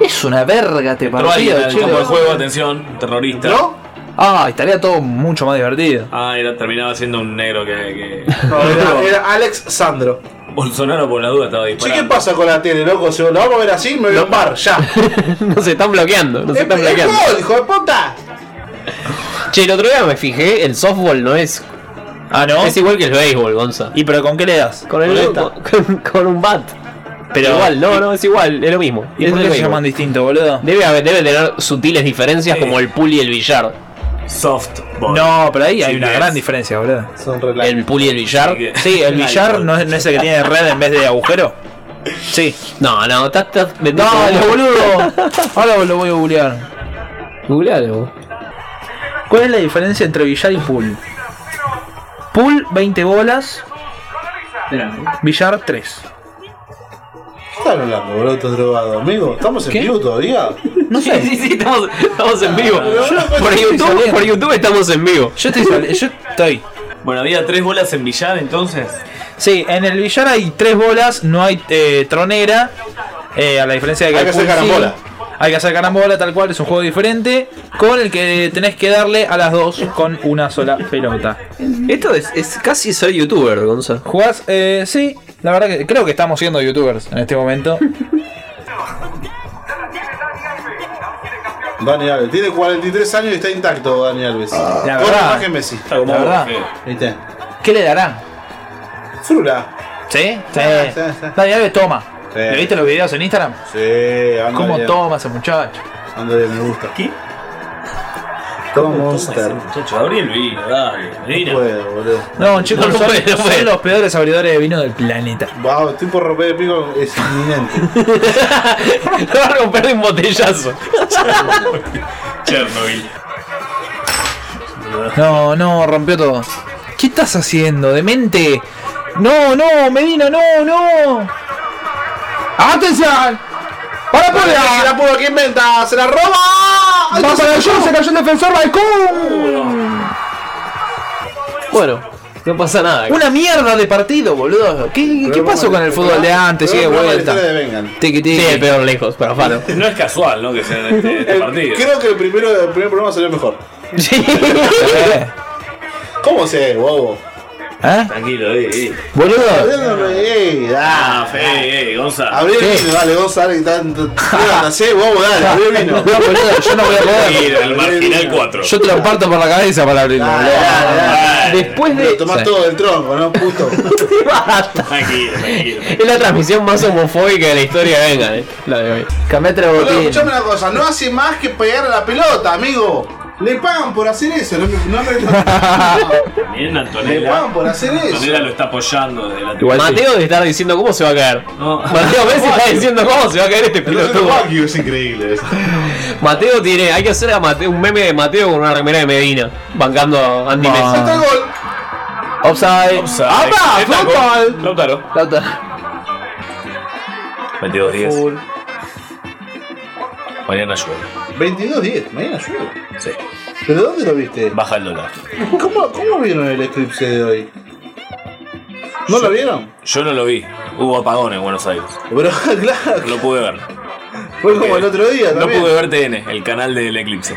Speaker 3: Es una verga este
Speaker 5: Entró alguien
Speaker 3: partido,
Speaker 5: al
Speaker 3: che.
Speaker 5: campo de juego, atención, terrorista.
Speaker 4: ¿No?
Speaker 3: Ah, estaría todo mucho más divertido.
Speaker 5: Ah, era, terminaba siendo un negro que, que- [laughs]
Speaker 4: No, era, era Alex Sandro.
Speaker 5: Bolsonaro por la duda estaba
Speaker 4: Che,
Speaker 5: disparando.
Speaker 4: ¿qué pasa con la tele, loco? Si lo vamos a ver así, me voy a un bar, ya.
Speaker 1: [laughs] Nos están bloqueando, nos
Speaker 4: ¡Es
Speaker 1: están bloqueando.
Speaker 4: es gol, hijo de puta!
Speaker 1: Che, el otro día me fijé, el softball no es.
Speaker 3: Ah, no.
Speaker 1: Es igual que el béisbol, Gonza.
Speaker 3: ¿Y pero con qué le das?
Speaker 1: Con, el,
Speaker 3: esta.
Speaker 1: con, [laughs] con- con un bat.
Speaker 3: Pero-
Speaker 1: igual, no, no, es igual, es lo mismo.
Speaker 3: ¿Y
Speaker 1: Es
Speaker 3: por
Speaker 1: el
Speaker 3: qué se
Speaker 1: béisbol.
Speaker 3: llaman distinto, boludo?
Speaker 1: Debe, haber- debe tener sutiles diferencias
Speaker 5: Sí.
Speaker 1: como el pool y el billar.
Speaker 5: Softball.
Speaker 3: No, pero ahí hay
Speaker 5: Sí,
Speaker 3: una
Speaker 5: es.
Speaker 3: gran diferencia, boludo.
Speaker 4: Son relax.
Speaker 1: El pool y el billar.
Speaker 5: Sí.
Speaker 3: Sí, el billar no es, no es el que tiene red en vez de agujero. Sí.
Speaker 1: No, no, estás estás vendiendo.
Speaker 3: Dale, boludo. [laughs] Ahora lo voy a googlear.
Speaker 1: Googlealo, vos.
Speaker 3: ¿Cuál es la diferencia entre billar y pool? Pool 20 bolas, billar 3.
Speaker 4: ¿Qué están hablando, boludo? Estos drogados, amigo. ¿Estamos en vivo todavía?
Speaker 3: No
Speaker 1: Sí, [laughs] sí, sí, estamos, estamos en vivo.
Speaker 4: pues,
Speaker 1: Por YouTube, por YouTube estamos en vivo.
Speaker 3: Yo estoy, sal- yo estoy.
Speaker 5: Bueno, había tres bolas en billar entonces.
Speaker 3: Sí, en el billar hay tres bolas, no hay eh, tronera. eh, a la diferencia de que
Speaker 4: Hay que
Speaker 3: el pool
Speaker 4: hacer carambola.
Speaker 3: sí. Hay que hacer carambola, tal cual, es un juego diferente. Con el que tenés que darle a las dos con una sola pelota.
Speaker 1: Esto es, es casi ser youtuber, Gonza.
Speaker 3: Jugás, eh, sí, la verdad que creo que estamos siendo youtubers en este momento.
Speaker 4: Dani Alves. Tiene 43 años y está intacto, Dani Alves.
Speaker 3: Ah. La
Speaker 4: Con
Speaker 3: verdad.
Speaker 4: imagen Messi.
Speaker 5: Está como
Speaker 3: La verdad.
Speaker 5: que-
Speaker 4: ¿Viste?
Speaker 3: ¿Qué le dará?
Speaker 4: Frula.
Speaker 3: ¿Sí? Sí.
Speaker 4: sí, sí.
Speaker 3: Dani Alves toma.
Speaker 4: Sí.
Speaker 3: ¿Le viste los videos en Instagram?
Speaker 4: Sí, anda
Speaker 3: ¿Cómo
Speaker 4: bien.
Speaker 3: toma ese muchacho?
Speaker 4: Anda bien, me gusta.
Speaker 5: ¿Qué?
Speaker 4: Toma
Speaker 5: Ese
Speaker 4: Monster.
Speaker 5: muchacho, abrí el vino, dale. Mira.
Speaker 4: Puedo, boludo.
Speaker 3: No, chicos,
Speaker 1: No, no
Speaker 3: son,
Speaker 1: puede, no
Speaker 3: son
Speaker 1: puede.
Speaker 3: los peores abridores de vino del planeta.
Speaker 4: Wow, el tipo romper el pico es inminente.
Speaker 1: [laughs] Lo va a romper de un botellazo.
Speaker 5: Chernobyl.
Speaker 3: No, no, rompió todo. ¿Qué estás haciendo, demente? No, no, Medina, no, no. ¡Atención! ¡Para
Speaker 4: ¡Se
Speaker 3: Puebla!
Speaker 4: la pudo que inventa! ¡Se la roba! ¡Ay,
Speaker 3: ¡Va
Speaker 4: no se
Speaker 3: para
Speaker 4: la
Speaker 3: allá!
Speaker 4: lleva!
Speaker 3: ¡Se cayó el defensor Balcón!
Speaker 1: Bueno, no pasa nada.
Speaker 3: Una mierda de partido, boludo. [laughs] ¿Qué, qué
Speaker 4: Pero
Speaker 3: pasó
Speaker 4: vamos
Speaker 3: con
Speaker 4: a-
Speaker 3: el fútbol de antes?
Speaker 4: pero
Speaker 3: Sigue
Speaker 4: vamos a la
Speaker 3: vuelta.
Speaker 4: historia de Vengan.
Speaker 3: Tiki, tiki.
Speaker 1: Sí, el peor lejos, pero [laughs] falo.
Speaker 5: No es casual, ¿no? Que sea de este, este
Speaker 4: El-
Speaker 5: partido.
Speaker 4: Eh, creo que el, primero, el primer programa salió mejor.
Speaker 1: Sí.
Speaker 3: Eh,
Speaker 4: ¿Cómo se bobo?
Speaker 3: [laughs] ¿Eh?
Speaker 5: Tranquilo, eh, eh.
Speaker 3: Boludo.
Speaker 4: Abriéndome, eh, da.
Speaker 5: Ah, Fede, eh, Gonza.
Speaker 4: Abrí el
Speaker 3: Sí.
Speaker 4: vino, dale, vos dale, tanto. Hacé, bobo, dale, abrí el vino.
Speaker 3: No, boludo, yo no voy a poder.
Speaker 5: Tranquilo, el marginal 4.
Speaker 3: Yo te lo parto por la cabeza para abrirlo,
Speaker 4: Dale,
Speaker 3: boludo.
Speaker 4: dale, dale.
Speaker 1: Después
Speaker 4: Lo
Speaker 1: de.
Speaker 4: tomás
Speaker 1: Sí.
Speaker 4: todo del tronco, ¿no, puto?
Speaker 1: [laughs] Basta.
Speaker 5: Tranquilo, tranquilo.
Speaker 1: Es la transmisión más homofóbica de la historia, venga, eh. La de hoy.
Speaker 3: Cambié tres
Speaker 4: Boludo,
Speaker 3: botines.
Speaker 4: escuchame una cosa, no hace más que pegar a la pelota, amigo. Le pagan por hacer eso, no me. No me
Speaker 5: Bien,
Speaker 4: le
Speaker 5: Antonella.
Speaker 4: pagan por hacer eso.
Speaker 5: Antonella lo está apoyando desde la
Speaker 3: Igual sí.
Speaker 1: Mateo debe estar diciendo cómo se va a caer.
Speaker 5: No.
Speaker 1: Mateo
Speaker 4: [laughs]
Speaker 1: Messi está diciendo cómo se va a caer este
Speaker 4: Entonces,
Speaker 1: piloto.
Speaker 4: fuck you, es increíble eso.
Speaker 1: Mateo tiene, hay que hacer a Mateo, un meme de Mateo con una remera de Medina, bancando a Andy
Speaker 3: Ma.
Speaker 1: Messi.
Speaker 4: Hasta el gol.
Speaker 3: Offside.
Speaker 5: Offside.
Speaker 3: ¡Apa!
Speaker 5: Está con
Speaker 3: ¡Fútbol!
Speaker 5: Lautaro.
Speaker 3: La otra.
Speaker 5: 22 10. Mañana llueve.
Speaker 4: 22-10, mañana llueve.
Speaker 5: Sí.
Speaker 4: ¿Pero dónde lo viste?
Speaker 5: Baja el dólar.
Speaker 4: ¿Cómo, ¿Cómo vieron el eclipse de hoy? ¿No lo vieron?
Speaker 5: Yo no lo vi. Hubo apagón en Buenos Aires.
Speaker 4: Bro, claro,
Speaker 5: No lo pude ver.
Speaker 4: fue como el otro día
Speaker 5: No
Speaker 4: también.
Speaker 5: pude ver TN, el canal del eclipse.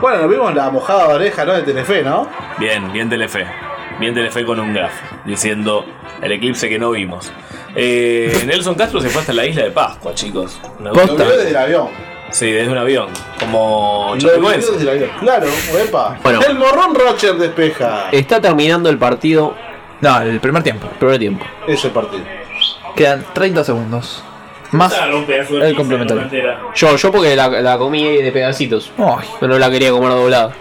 Speaker 4: Bueno, nos vimos la mojada oreja, ¿no? De Telefe, ¿no?
Speaker 5: Bien, bien Telefe. Bien Telefe con un graf. Diciendo el eclipse que no [laughs] vimos. Eh, Nelson Castro se fue hasta la isla de Pascua, chicos. Una-
Speaker 4: Lo vio desde el avión.
Speaker 5: Sí, desde un avión. Como
Speaker 4: Lo
Speaker 5: Chapecoense.
Speaker 4: vivió desde la vida. Claro, epa.
Speaker 1: Bueno. Eh.
Speaker 4: El morrón Roger despeja
Speaker 1: Está terminando el partido,
Speaker 3: No, el primer tiempo.
Speaker 1: primer tiempo.
Speaker 4: ese partido.
Speaker 3: Quedan 30 segundos. Más. El complementario.
Speaker 1: Yo, yo porque la, la comí de pedacitos.
Speaker 3: Ay,
Speaker 1: Yo no la quería comer doblada.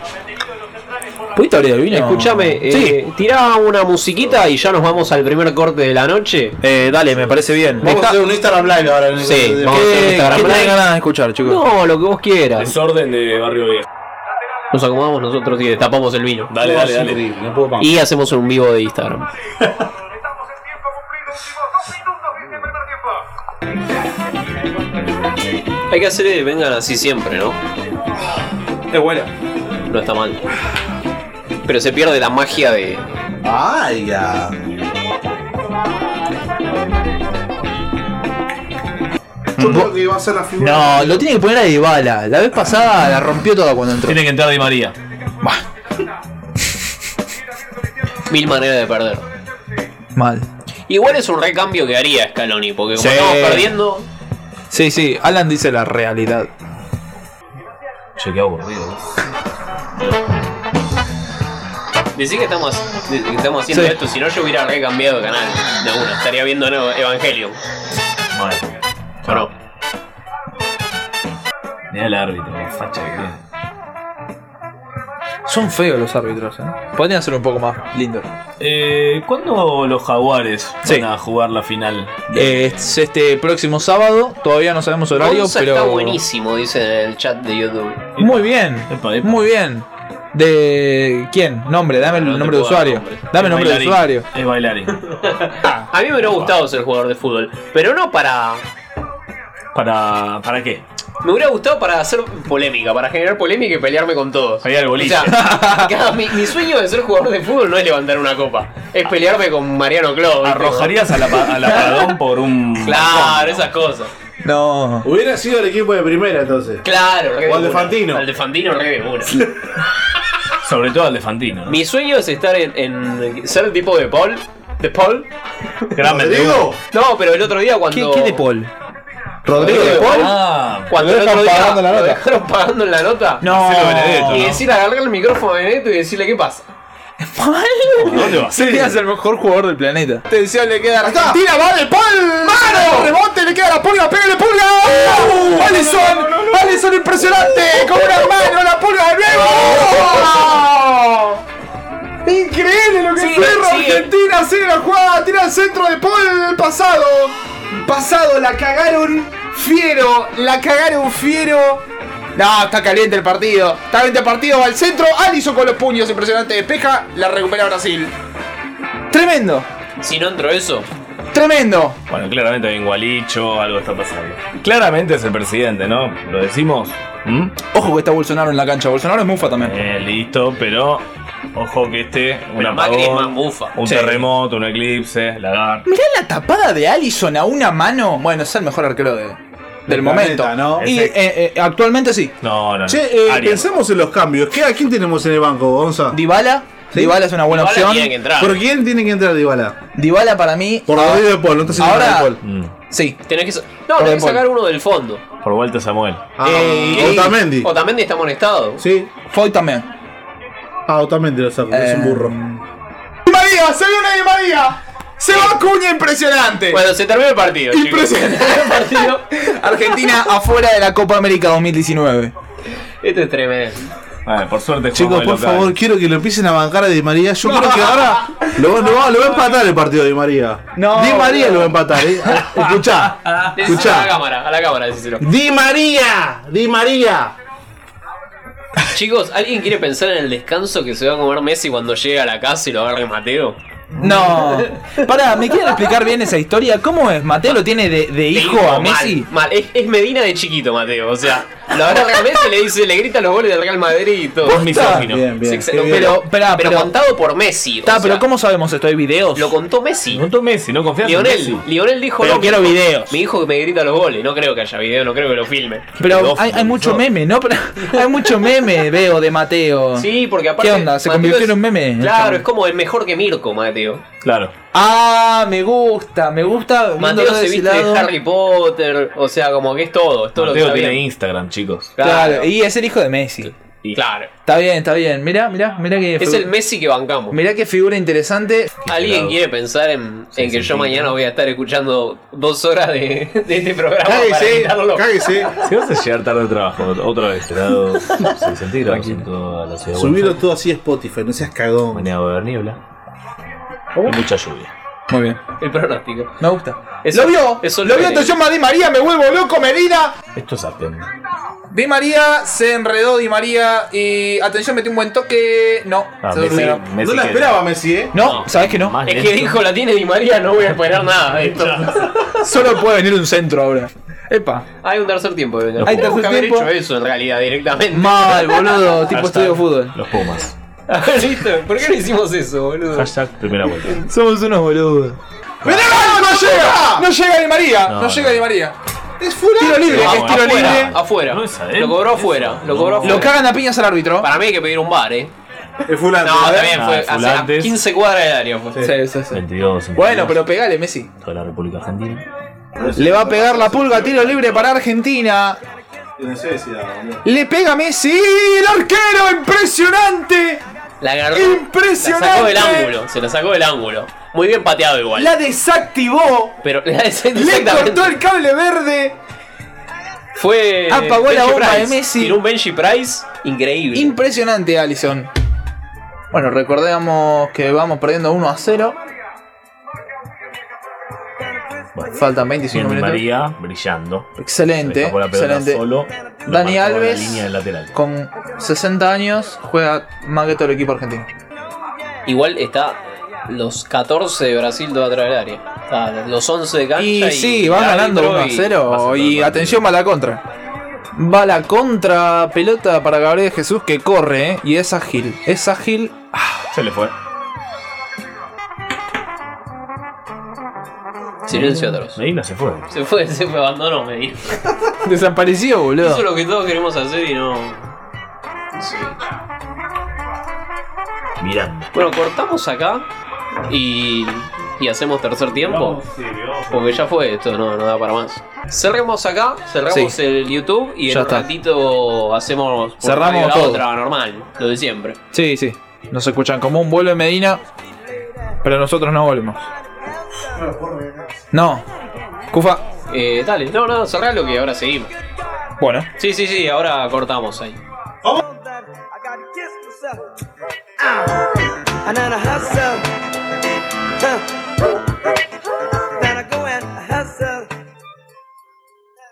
Speaker 3: ¿Pudiste abrir el vino?
Speaker 1: Escúchame, eh, tirá una musiquita y ya nos vamos al primer corte de la noche.
Speaker 3: Eh, dale, me parece bien.
Speaker 4: Vamos a hacer un Instagram Live ahora. en el-
Speaker 1: Sí,
Speaker 4: de-
Speaker 1: vamos.
Speaker 3: ¿Qué,
Speaker 1: Instagram
Speaker 3: qué tenés
Speaker 1: Live.
Speaker 3: ganas de escuchar, chicos?
Speaker 1: No, lo que vos quieras.
Speaker 5: Desorden de Barrio Viejo.
Speaker 1: Nos acomodamos nosotros y destapamos el vino.
Speaker 5: Dale,
Speaker 4: No,
Speaker 5: dale,
Speaker 4: es
Speaker 5: dale.
Speaker 4: increíble, no puedo más.
Speaker 1: Y hacemos un vivo de Instagram.
Speaker 9: Estamos en tiempo cumplido, últimos dos minutos de este primer tiempo.
Speaker 1: Hay que hacer que vengan así siempre, ¿no?
Speaker 3: Es buena.
Speaker 1: No está mal. Pero se pierde la magia de.
Speaker 4: Ay, ya. Yo creo que va a ser la figura.
Speaker 3: No, lo tiene que poner a Dybala. La vez pasada la rompió toda cuando entró.
Speaker 5: Tiene que entrar Di María.
Speaker 1: Mil maneras de perder.
Speaker 3: Mal.
Speaker 1: Igual es un recambio que haría Scaloni, porque como
Speaker 3: Sí.
Speaker 1: estamos perdiendo.
Speaker 3: Sí, sí, Alan dice la realidad.
Speaker 5: Che, qué aburrido.
Speaker 1: Decí que estamos, decí que estamos haciendo
Speaker 3: Sí.
Speaker 1: esto, si no yo hubiera recambiado de canal de una. Estaría viendo nuevo Evangelion.
Speaker 5: Mal.
Speaker 1: ¿O no?
Speaker 5: Mirá el árbitro, la facha que tiene.
Speaker 3: Son feos los árbitros, ¿eh? Podrían ser un poco más lindos.
Speaker 5: Eh, ¿Cuándo los jaguares
Speaker 3: Sí.
Speaker 5: van a jugar la final?
Speaker 3: Eh, es este próximo sábado, todavía no sabemos horario,
Speaker 1: Gonza
Speaker 3: pero.
Speaker 1: está buenísimo, dice en el chat de YouTube.
Speaker 3: Muy bien,
Speaker 5: Epa, epa.
Speaker 3: muy bien. ¿De quién? Nombre, dame el
Speaker 1: No te
Speaker 3: nombre de
Speaker 1: puedo dar
Speaker 3: usuario.
Speaker 1: nombre.
Speaker 3: Dame el
Speaker 5: Es
Speaker 3: nombre de
Speaker 5: bailarín,
Speaker 3: usuario.
Speaker 5: Es bailarín.
Speaker 3: Ah.
Speaker 1: A mí me hubiera gustado ser jugador de fútbol, pero no para.
Speaker 5: ¿Para, ¿Para qué?
Speaker 1: Me hubiera gustado para hacer polémica, para generar polémica y pelearme con todos.
Speaker 5: Para ir al boliche.
Speaker 1: O sea, [laughs] cada- mi, mi sueño de ser jugador de fútbol no es levantar una copa, es pelearme con Mariano Clau. ¿viste?
Speaker 5: ¿Arrojarías a la, pa- a la Paradón por un...
Speaker 1: Claro, esas cosas.
Speaker 3: No.
Speaker 4: Hubiera sido el equipo de primera entonces.
Speaker 1: Claro, re
Speaker 4: O al de
Speaker 1: una.
Speaker 4: Fantino.
Speaker 1: Al de Fantino, re de una.
Speaker 5: Sobre todo al de Fantino. ¿no?
Speaker 1: Mi sueño es estar en, en- ser el tipo de Paul. ¿De Paul?
Speaker 5: Gran
Speaker 4: ¿Te
Speaker 5: vendedor.
Speaker 4: digo?
Speaker 1: No, pero el otro día
Speaker 3: ¿Qué,
Speaker 1: cuando.
Speaker 3: qué de Paul?
Speaker 4: Rodrigo de Paul.
Speaker 5: Ah,
Speaker 1: Cuando
Speaker 4: Lo
Speaker 1: el otro
Speaker 4: dejan
Speaker 1: día
Speaker 4: pagando la
Speaker 1: lo
Speaker 4: nota.
Speaker 1: dejaron pagando en la nota.
Speaker 3: No.
Speaker 5: Marcelo Benedetto,
Speaker 1: Y
Speaker 5: ¿no?
Speaker 1: decirle, agarrarle el micrófono a Benedetto y decirle qué pasa.
Speaker 5: ¿dónde vas?
Speaker 3: [laughs] Serías el mejor jugador del planeta.
Speaker 4: Atención, le queda Argentina, va de Paul. ¡Mano! Rebote, le queda la pulga, pégale pulga. ¡Alison! ¡Alison impresionante! ¡Con una mano la pulga de nuevo! Increíble lo que
Speaker 1: Sigue,
Speaker 4: fue
Speaker 1: sigue.
Speaker 4: Argentina, hace la jugada, tira al centro de Paul pasado. Pasado, la cagaron fiero, la cagaron fiero. No, está caliente el partido. Está caliente el partido, va al centro. Alison con los puños, impresionante. Despeja, la recupera Brasil. Tremendo.
Speaker 1: Si no entro eso,
Speaker 4: Tremendo.
Speaker 5: Bueno, claramente hay un gualicho, algo está pasando. Claramente es el presidente, ¿no? Lo decimos. ¿Mm?
Speaker 3: Ojo que está Bolsonaro en la cancha. Bolsonaro es mufa también.
Speaker 5: Eh, listo, pero ojo que este, un
Speaker 1: Pero Macri es más
Speaker 5: apagón,
Speaker 1: mufa.
Speaker 5: un
Speaker 3: Sí.
Speaker 5: terremoto, un eclipse, lagarto.
Speaker 3: Mirá la tapada de Allison a una mano. Bueno, es el mejor arquero de- del
Speaker 4: Del
Speaker 3: momento.
Speaker 4: planeta, ¿no?
Speaker 3: Y
Speaker 5: Ese-
Speaker 3: eh, eh, actualmente sí.
Speaker 5: No, no, no.
Speaker 4: Che, eh,
Speaker 5: Arias.
Speaker 4: pensemos en los cambios. ¿Qué, ¿A quién tenemos en el banco, Gonza?
Speaker 3: Dybala. Dybala es una buena
Speaker 1: Dybala
Speaker 3: opción.
Speaker 1: tiene que entrar.
Speaker 4: ¿Por quién tiene que entrar Dybala?
Speaker 3: Dybala para mí.
Speaker 4: Por pues,
Speaker 3: ah,
Speaker 4: Rodrigo de Paul, no está haciendo
Speaker 3: Ahora-
Speaker 4: nada de Paul.
Speaker 5: Mm,
Speaker 3: Sí.
Speaker 1: tenés que, sa- no, tenés que
Speaker 3: Paul.
Speaker 1: sacar uno del fondo.
Speaker 5: Por vuelta Samuel.
Speaker 4: Ah,
Speaker 1: Eh,
Speaker 4: Otamendi.
Speaker 1: Otamendi está amonestado.
Speaker 4: Sí.
Speaker 3: Foy también.
Speaker 4: Ah, Otamendi lo saco, es un
Speaker 3: Eh,
Speaker 4: burro. Di María, se viene Di María. Se va Acuña, impresionante.
Speaker 1: Bueno, se terminó el partido. chicos.
Speaker 4: Impresionante.
Speaker 1: Se terminó [laughs] el partido.
Speaker 4: [laughs]
Speaker 3: Argentina afuera de la Copa América 2019.
Speaker 1: Esto es tremendo.
Speaker 5: Vale, por suerte
Speaker 4: Chicos,
Speaker 5: jugamos de
Speaker 4: por
Speaker 5: local.
Speaker 4: favor, quiero que lo empiecen a bancar a Di María. Yo creo que [laughs] ahora lo, va- lo va- lo va a empatar el partido de Di María.
Speaker 3: No,
Speaker 4: Di María lo va a empatar, eh. Escuchá,
Speaker 1: Decíselo a la
Speaker 4: escuchá.
Speaker 1: cámara, a la cámara, decíselo.
Speaker 4: Di María, Di María.
Speaker 1: Chicos, ¿alguien quiere pensar en el descanso que se va a comer Messi cuando llegue a la casa y lo agarre Mateo?
Speaker 3: No.
Speaker 4: [laughs]
Speaker 3: Pará, ¿me quieren explicar bien esa historia? ¿Cómo es? ¿Mateo lo tiene de, de hijo
Speaker 1: Te digo,
Speaker 3: a
Speaker 1: mal,
Speaker 3: Messi?
Speaker 1: Mal, Es, es Medina de chiquito, Mateo. O sea, lo agarra a Messi y le dice, le grita los goles del Real Madrid y todo.
Speaker 5: Es misógino.
Speaker 4: Bien, bien.
Speaker 1: Sí,
Speaker 4: qué bien.
Speaker 1: pero,
Speaker 3: Pero, pará,
Speaker 1: pero
Speaker 3: pero-
Speaker 1: contado por Messi. o
Speaker 3: Está, pero
Speaker 1: sea,
Speaker 3: ¿cómo sabemos esto? ¿Hay videos?
Speaker 1: Lo contó Messi.
Speaker 5: No tú Messi, no confías en Messi.
Speaker 1: Lionel, Lionel dijo
Speaker 3: Pero
Speaker 1: no, mi
Speaker 3: quiero
Speaker 1: hijo-
Speaker 3: videos.
Speaker 1: Mi hijo que me grita los goles, no creo que haya video, no creo que lo filme.
Speaker 3: Pero
Speaker 5: pedófilo,
Speaker 3: hay, hay mucho
Speaker 5: no.
Speaker 3: meme, ¿no? [laughs] Pero hay mucho meme, veo, de Mateo.
Speaker 1: Sí, porque aparte.
Speaker 3: ¿Qué onda? ¿Se
Speaker 1: Mateo
Speaker 3: convirtió
Speaker 1: es-
Speaker 3: en un meme?
Speaker 1: Claro,
Speaker 3: Chabón.
Speaker 1: es como el mejor que Mirko, Mateo. Mateo.
Speaker 5: Claro.
Speaker 10: Ah, me gusta, me gusta.
Speaker 1: Mateo
Speaker 10: viéndolo de
Speaker 1: se
Speaker 10: ese
Speaker 1: viste
Speaker 10: lado.
Speaker 1: de Harry Potter, o sea, como que es todo, es todo
Speaker 5: Mateo
Speaker 1: lo que
Speaker 5: tiene
Speaker 1: sabía.
Speaker 5: Instagram, chicos.
Speaker 1: Claro,
Speaker 10: Claro, y es el hijo de Messi.
Speaker 5: Y-
Speaker 1: claro.
Speaker 10: Está bien, está bien. Mirá, mirá, mirá que.
Speaker 1: Es el Messi que bancamos.
Speaker 10: Mirá qué figura interesante.
Speaker 1: ¿Alguien
Speaker 5: pelado.
Speaker 1: quiere pensar en,
Speaker 5: Sí,
Speaker 1: en que
Speaker 5: sí,
Speaker 1: yo
Speaker 5: sí.
Speaker 1: mañana voy a estar escuchando dos horas de, de este programa para
Speaker 3: Cáguese,
Speaker 1: editarlo?
Speaker 3: cáguese.
Speaker 5: Si vas a llegar tarde al trabajo, otra vez, grados 6 centígrados en toda la ciudad. de
Speaker 4: [laughs] Subilo
Speaker 5: Buenos
Speaker 4: todo así a Spotify, no seas
Speaker 5: Aires.
Speaker 4: cagón.
Speaker 5: Mañana va a haber niebla. Y mucha lluvia.
Speaker 10: Muy bien.
Speaker 1: El pronóstico.
Speaker 10: Me gusta.
Speaker 1: Eso-
Speaker 3: lo vio,
Speaker 1: eso
Speaker 3: lo
Speaker 1: lo
Speaker 3: vio
Speaker 1: tenés.
Speaker 3: Toyoma Di María, me vuelvo loco, Medina.
Speaker 5: Esto es Apten.
Speaker 3: Di María se enredó, Di María. Y atención, metió un buen toque. No,
Speaker 5: Ah,
Speaker 3: se
Speaker 5: Messi,
Speaker 3: durmió.
Speaker 5: Messi
Speaker 4: no la
Speaker 5: que-
Speaker 4: esperaba Messi, ¿eh?
Speaker 10: No, sabes que no.
Speaker 5: Más
Speaker 1: Es
Speaker 5: lento.
Speaker 1: que dijo la tiene Di María, no voy a esperar nada de esto.
Speaker 10: Solo puede venir un centro ahora. Epa.
Speaker 1: Hay un tercer tiempo. venga.
Speaker 5: Hay
Speaker 10: tercer
Speaker 1: Tenemos que haber
Speaker 10: tiempo.
Speaker 1: hecho eso en realidad directamente. [laughs]
Speaker 10: Mal, boludo. Tipo
Speaker 5: Hashtag
Speaker 10: estudio fútbol.
Speaker 5: Los Pumas.
Speaker 1: Listo, ¿por qué no hicimos eso, boludo?
Speaker 5: Hashtag primera vuelta.
Speaker 4: [laughs]
Speaker 10: Somos unos boludos.
Speaker 3: ¡Mirá, no, llega! No llega Di María, no,
Speaker 5: No,
Speaker 3: llega
Speaker 5: no.
Speaker 3: Di María. Es fuera. Tiro libre,
Speaker 1: Vamos,
Speaker 3: es tiro
Speaker 1: afuera,
Speaker 3: libre.
Speaker 1: Afuera.
Speaker 5: No es adentro,
Speaker 1: lo cobró
Speaker 5: eso.
Speaker 1: afuera. Lo
Speaker 5: No.
Speaker 1: cobró
Speaker 5: Lo
Speaker 1: afuera.
Speaker 3: Lo cagan a piñas al árbitro.
Speaker 1: Para mí hay que pedir un bar, eh.
Speaker 4: Es fulano.
Speaker 1: No,
Speaker 4: A ver.
Speaker 1: también fue
Speaker 5: Ah,
Speaker 1: hace a
Speaker 5: fulantes.
Speaker 1: 15 cuadras del área. fue.
Speaker 10: Sí, sí, sí.
Speaker 5: 22.
Speaker 3: Bueno, pero pegale, Messi.
Speaker 5: Toda la República Argentina.
Speaker 3: Le va a pegar la pulga, tiro libre para Argentina.
Speaker 4: No sé si da, boludo.
Speaker 3: Le pega Messi. ¡Y el arquero! ¡Impresionante!
Speaker 1: La agarró.
Speaker 3: Impresionante.
Speaker 1: La sacó del ángulo. Se la sacó del ángulo. Muy bien pateado igual.
Speaker 3: La desactivó.
Speaker 1: Pero [laughs] la
Speaker 3: Le cortó el cable verde.
Speaker 1: Fue.
Speaker 10: Apagó la
Speaker 1: Benji
Speaker 10: bomba de
Speaker 1: Price.
Speaker 10: Messi.
Speaker 1: Tiró un Benji Price increíble.
Speaker 3: Impresionante, Alison. Bueno, recordemos que vamos perdiendo 1 a 0.
Speaker 5: Bueno.
Speaker 3: Faltan
Speaker 5: Bien,
Speaker 3: 25
Speaker 5: Di
Speaker 3: minutos.
Speaker 5: María brillando.
Speaker 3: Excelente,
Speaker 5: Dejó la pelota
Speaker 3: excelente.
Speaker 5: Solo, Lo
Speaker 3: Dani
Speaker 5: marcó en
Speaker 3: Alves.
Speaker 5: La línea del lateral.
Speaker 3: Con 60 años juega más que todo el equipo argentino.
Speaker 1: Igual está los 14 de Brasil todo atrás del área. Está los 11 de cancha.
Speaker 3: Y sí, va
Speaker 1: el
Speaker 3: ganando
Speaker 1: árbitro
Speaker 3: 1 a
Speaker 1: y-
Speaker 3: 0.
Speaker 5: pasa
Speaker 3: Y
Speaker 5: todo el
Speaker 3: atención, va la contra. Va la contra pelota para Gabriel Jesús que corre, ¿eh? Y es ágil. Es ágil. [laughs]
Speaker 5: Se le fue.
Speaker 1: Silencio atroz.
Speaker 5: Medina se fue.
Speaker 1: Se fue, se fue, abandonó, me dijo.
Speaker 3: Desapareció,
Speaker 1: Eso es
Speaker 3: boludo.
Speaker 1: lo que todos queremos hacer y no. Sí.
Speaker 5: Miranda.
Speaker 1: Bueno, cortamos acá y, y hacemos tercer tiempo. Porque ya fue esto, no, no da para más. Cerremos acá, cerramos
Speaker 3: Sí.
Speaker 1: el YouTube y en
Speaker 3: Ya
Speaker 1: un
Speaker 3: está.
Speaker 1: ratito hacemos por
Speaker 3: Cerramos
Speaker 1: radio la
Speaker 3: todo.
Speaker 1: otra normal, lo de siempre.
Speaker 3: Sí, sí. Nos escuchan como un vuelo en Medina. Pero nosotros no volvemos. No. Cufa.
Speaker 1: Eh, dale, no, no, cerralo que ahora seguimos.
Speaker 3: Bueno.
Speaker 1: Sí, sí, sí, ahora cortamos ahí.
Speaker 11: Ah. and then I hustle. Huh. Then I go and hustle.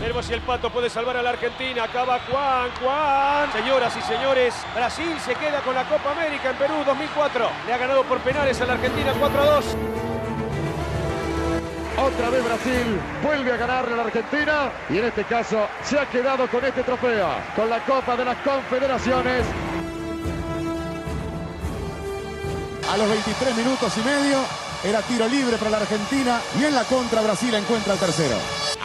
Speaker 6: Veremos si el pato puede salvar a la Argentina. Acaba Juan, Juan. Señoras y señores, Brasil se queda con la Copa América en Perú 2004. Le ha ganado por penales a la Argentina 4 a 2. Otra vez Brasil vuelve a ganarle a la Argentina y en este caso se ha quedado con este trofeo, con la Copa de las Confederaciones. A los 23 minutos y medio era tiro libre para la Argentina y en la contra Brasil encuentra el tercero.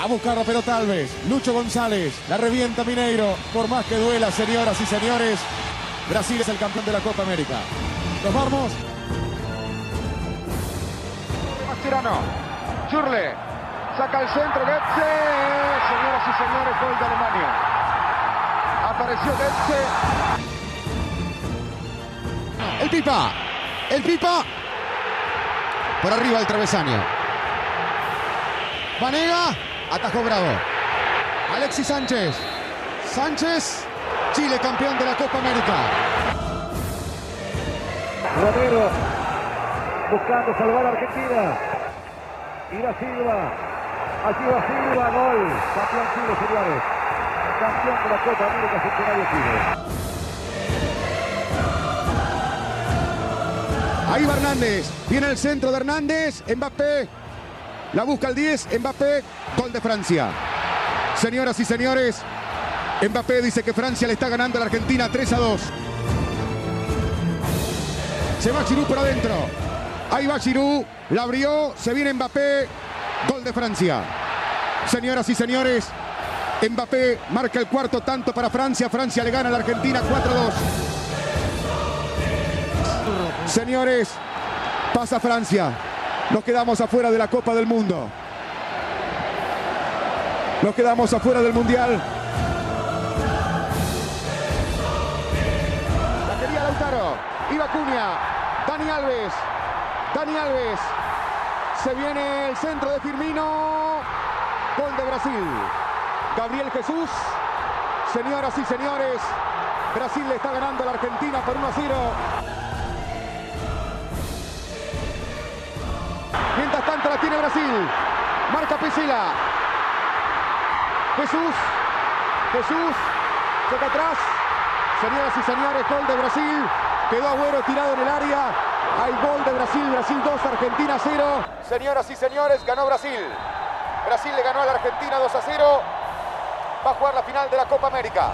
Speaker 6: A buscarla pero tal vez. Lucho González la revienta Mineiro. Por más que duela, señoras y señores, Brasil es el campeón de la Copa América. Nos vamos. Mascherano. Churle. Saca el centro Goetze. Señoras y señores, gol de Alemania. Apareció Goetze. El Pipa. El Pipa. Por arriba el travesaño. Vanega, atajó Bravo. Alexis Sánchez. Sánchez, Chile campeón de la Copa América. Romero, buscando salvar a Argentina. Ira Silva. Allí va Silva, gol. Campeón Chile, señores. Campeón de la Copa América, centenario Chile. Ahí va Hernández. Viene el centro de Hernández. Mbappé. La busca el 10, Mbappé, gol de Francia. Señoras y señores, Mbappé dice que Francia le está ganando a la Argentina 3 a 2. Se va Giroud por adentro. Ahí va Giroud, la abrió, se viene Mbappé, gol de Francia. Señoras y señores, Mbappé marca el cuarto tanto para Francia. Francia le gana a la Argentina 4 a 2. Señores, pasa Francia. Nos quedamos afuera de la Copa del Mundo. Nos quedamos afuera del Mundial. La quería Lautaro. Iba Cunha. Dani Alves. Dani Alves. Se viene el centro de Firmino. Gol de Brasil. Gabriel Jesús. Señoras y señores. Brasil le está ganando a la Argentina por 1 a 0. Mientras tanto la tiene Brasil. Marca Piscila. Jesús. Jesús. Toca atrás. Señoras y señores, gol de Brasil. Quedó Agüero tirado en el área. Hay gol de Brasil. Brasil 2, Argentina 0. Señoras y señores, ganó Brasil. Brasil le ganó a la Argentina 2 a 0. Va a jugar la final de la Copa América.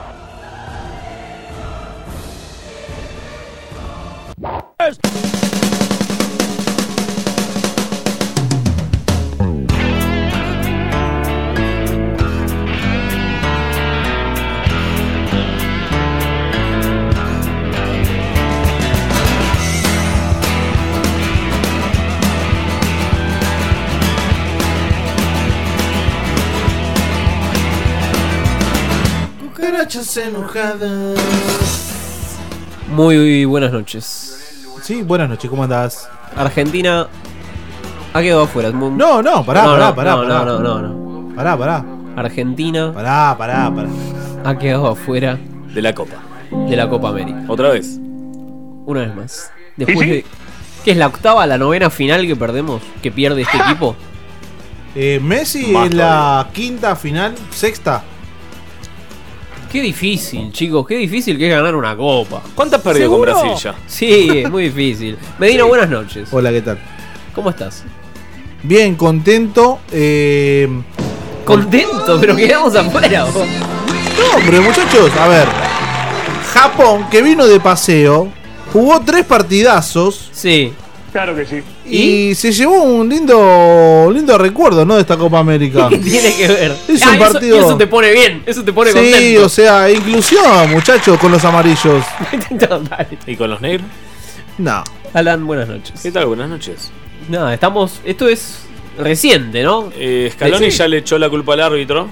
Speaker 4: Cucarachas enojadas.
Speaker 1: Muy buenas noches.
Speaker 4: Sí, buenas noches, ¿cómo andás?
Speaker 1: Argentina ha quedado afuera.
Speaker 4: No, no, pará, pará, pará,
Speaker 1: No,
Speaker 4: pará.
Speaker 1: no, no, no, no.
Speaker 4: Pará, pará.
Speaker 1: Argentina.
Speaker 4: Pará, pará, pará.
Speaker 1: Ha quedado afuera
Speaker 5: De la Copa.
Speaker 1: de la Copa América.
Speaker 5: ¿Otra vez?
Speaker 1: Una vez más. Después de. ¿Qué es la octava, la novena final que perdemos? ¿Que pierde
Speaker 4: [laughs]
Speaker 1: este equipo?
Speaker 4: Eh, Messi
Speaker 1: Más
Speaker 4: en la quinta final, sexta.
Speaker 1: Qué difícil, chicos, qué difícil que es ganar una copa.
Speaker 5: ¿Cuántas
Speaker 4: perdió con ¿Seguro? Brasil ya?
Speaker 1: Sí, es muy
Speaker 4: [laughs]
Speaker 1: difícil. Medina, buenas noches.
Speaker 4: Hola, ¿qué tal?
Speaker 1: ¿Cómo estás?
Speaker 4: Bien, contento. eh,
Speaker 1: Contento, pero quedamos afuera. vos.
Speaker 4: No, hombre, muchachos, a ver. Japón, que vino de paseo, jugó tres partidazos.
Speaker 1: Sí.
Speaker 12: Claro que sí.
Speaker 4: Y, se llevó un lindo lindo recuerdo, ¿no? De esta Copa América.
Speaker 1: [laughs] ¿Qué tiene que ver?
Speaker 4: Es
Speaker 1: Ah,
Speaker 4: un
Speaker 1: eso-
Speaker 4: partido.
Speaker 1: y Eso, te pone bien, eso te pone
Speaker 4: Sí,
Speaker 1: [laughs] contento.
Speaker 4: o sea, inclusión, muchachos, con los amarillos.
Speaker 5: ¿Y con los negros?
Speaker 4: No.
Speaker 1: Alan, buenas noches.
Speaker 5: ¿Qué tal? Buenas noches.
Speaker 1: Nada, estamos. Esto es reciente, ¿no?
Speaker 5: Eh, Scaloni
Speaker 1: Sí.
Speaker 5: ya le echó la culpa al árbitro.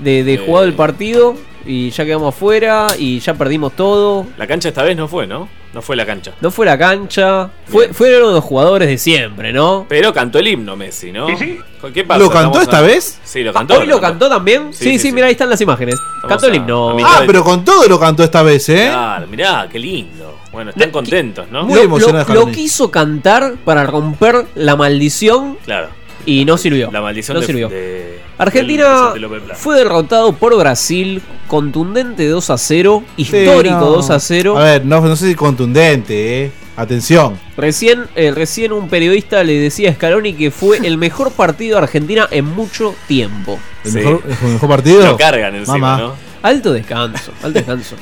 Speaker 1: De, de jugado el partido y ya quedamos afuera y ya perdimos todo.
Speaker 5: La cancha esta vez no fue, ¿no? No fue la cancha.
Speaker 1: No fue la cancha. Fue, fueron los jugadores de siempre, ¿no?
Speaker 5: Pero cantó el himno Messi, ¿no? ¿Qué pasa?
Speaker 1: ¿Lo cantó
Speaker 5: Estamos
Speaker 1: esta
Speaker 5: a-
Speaker 1: vez?
Speaker 5: Sí, lo cantó.
Speaker 1: Ah, ¿Hoy lo cantó también? Sí,
Speaker 5: Sí,
Speaker 1: sí,
Speaker 5: sí, sí.
Speaker 1: mira, ahí están las imágenes. cantó el himno.
Speaker 4: Ah, pero con todo lo cantó esta vez, ¿eh?
Speaker 5: Claro, mirá, qué lindo. Bueno, están contentos, ¿no?
Speaker 1: lo, lo- lo quiso cantar para romper la maldición
Speaker 5: Claro.
Speaker 1: y no sirvió.
Speaker 5: La maldición
Speaker 1: No
Speaker 5: de-
Speaker 1: sirvió.
Speaker 5: de-
Speaker 1: Argentina
Speaker 5: del López Blanco.
Speaker 1: fue derrotado por Brasil, contundente 2 a 0, histórico
Speaker 4: Sí, no.
Speaker 1: 2 a 0.
Speaker 4: A ver, no, no sé si contundente, ¿eh? Atención.
Speaker 1: Recién, eh, recién un periodista le decía a Scaloni que fue el mejor partido de Argentina en mucho tiempo.
Speaker 4: El, mejor, el mejor partido.
Speaker 1: Lo
Speaker 5: cargan encima,
Speaker 4: Mamá.
Speaker 5: ¿no?
Speaker 1: Alto descanso, alto descanso.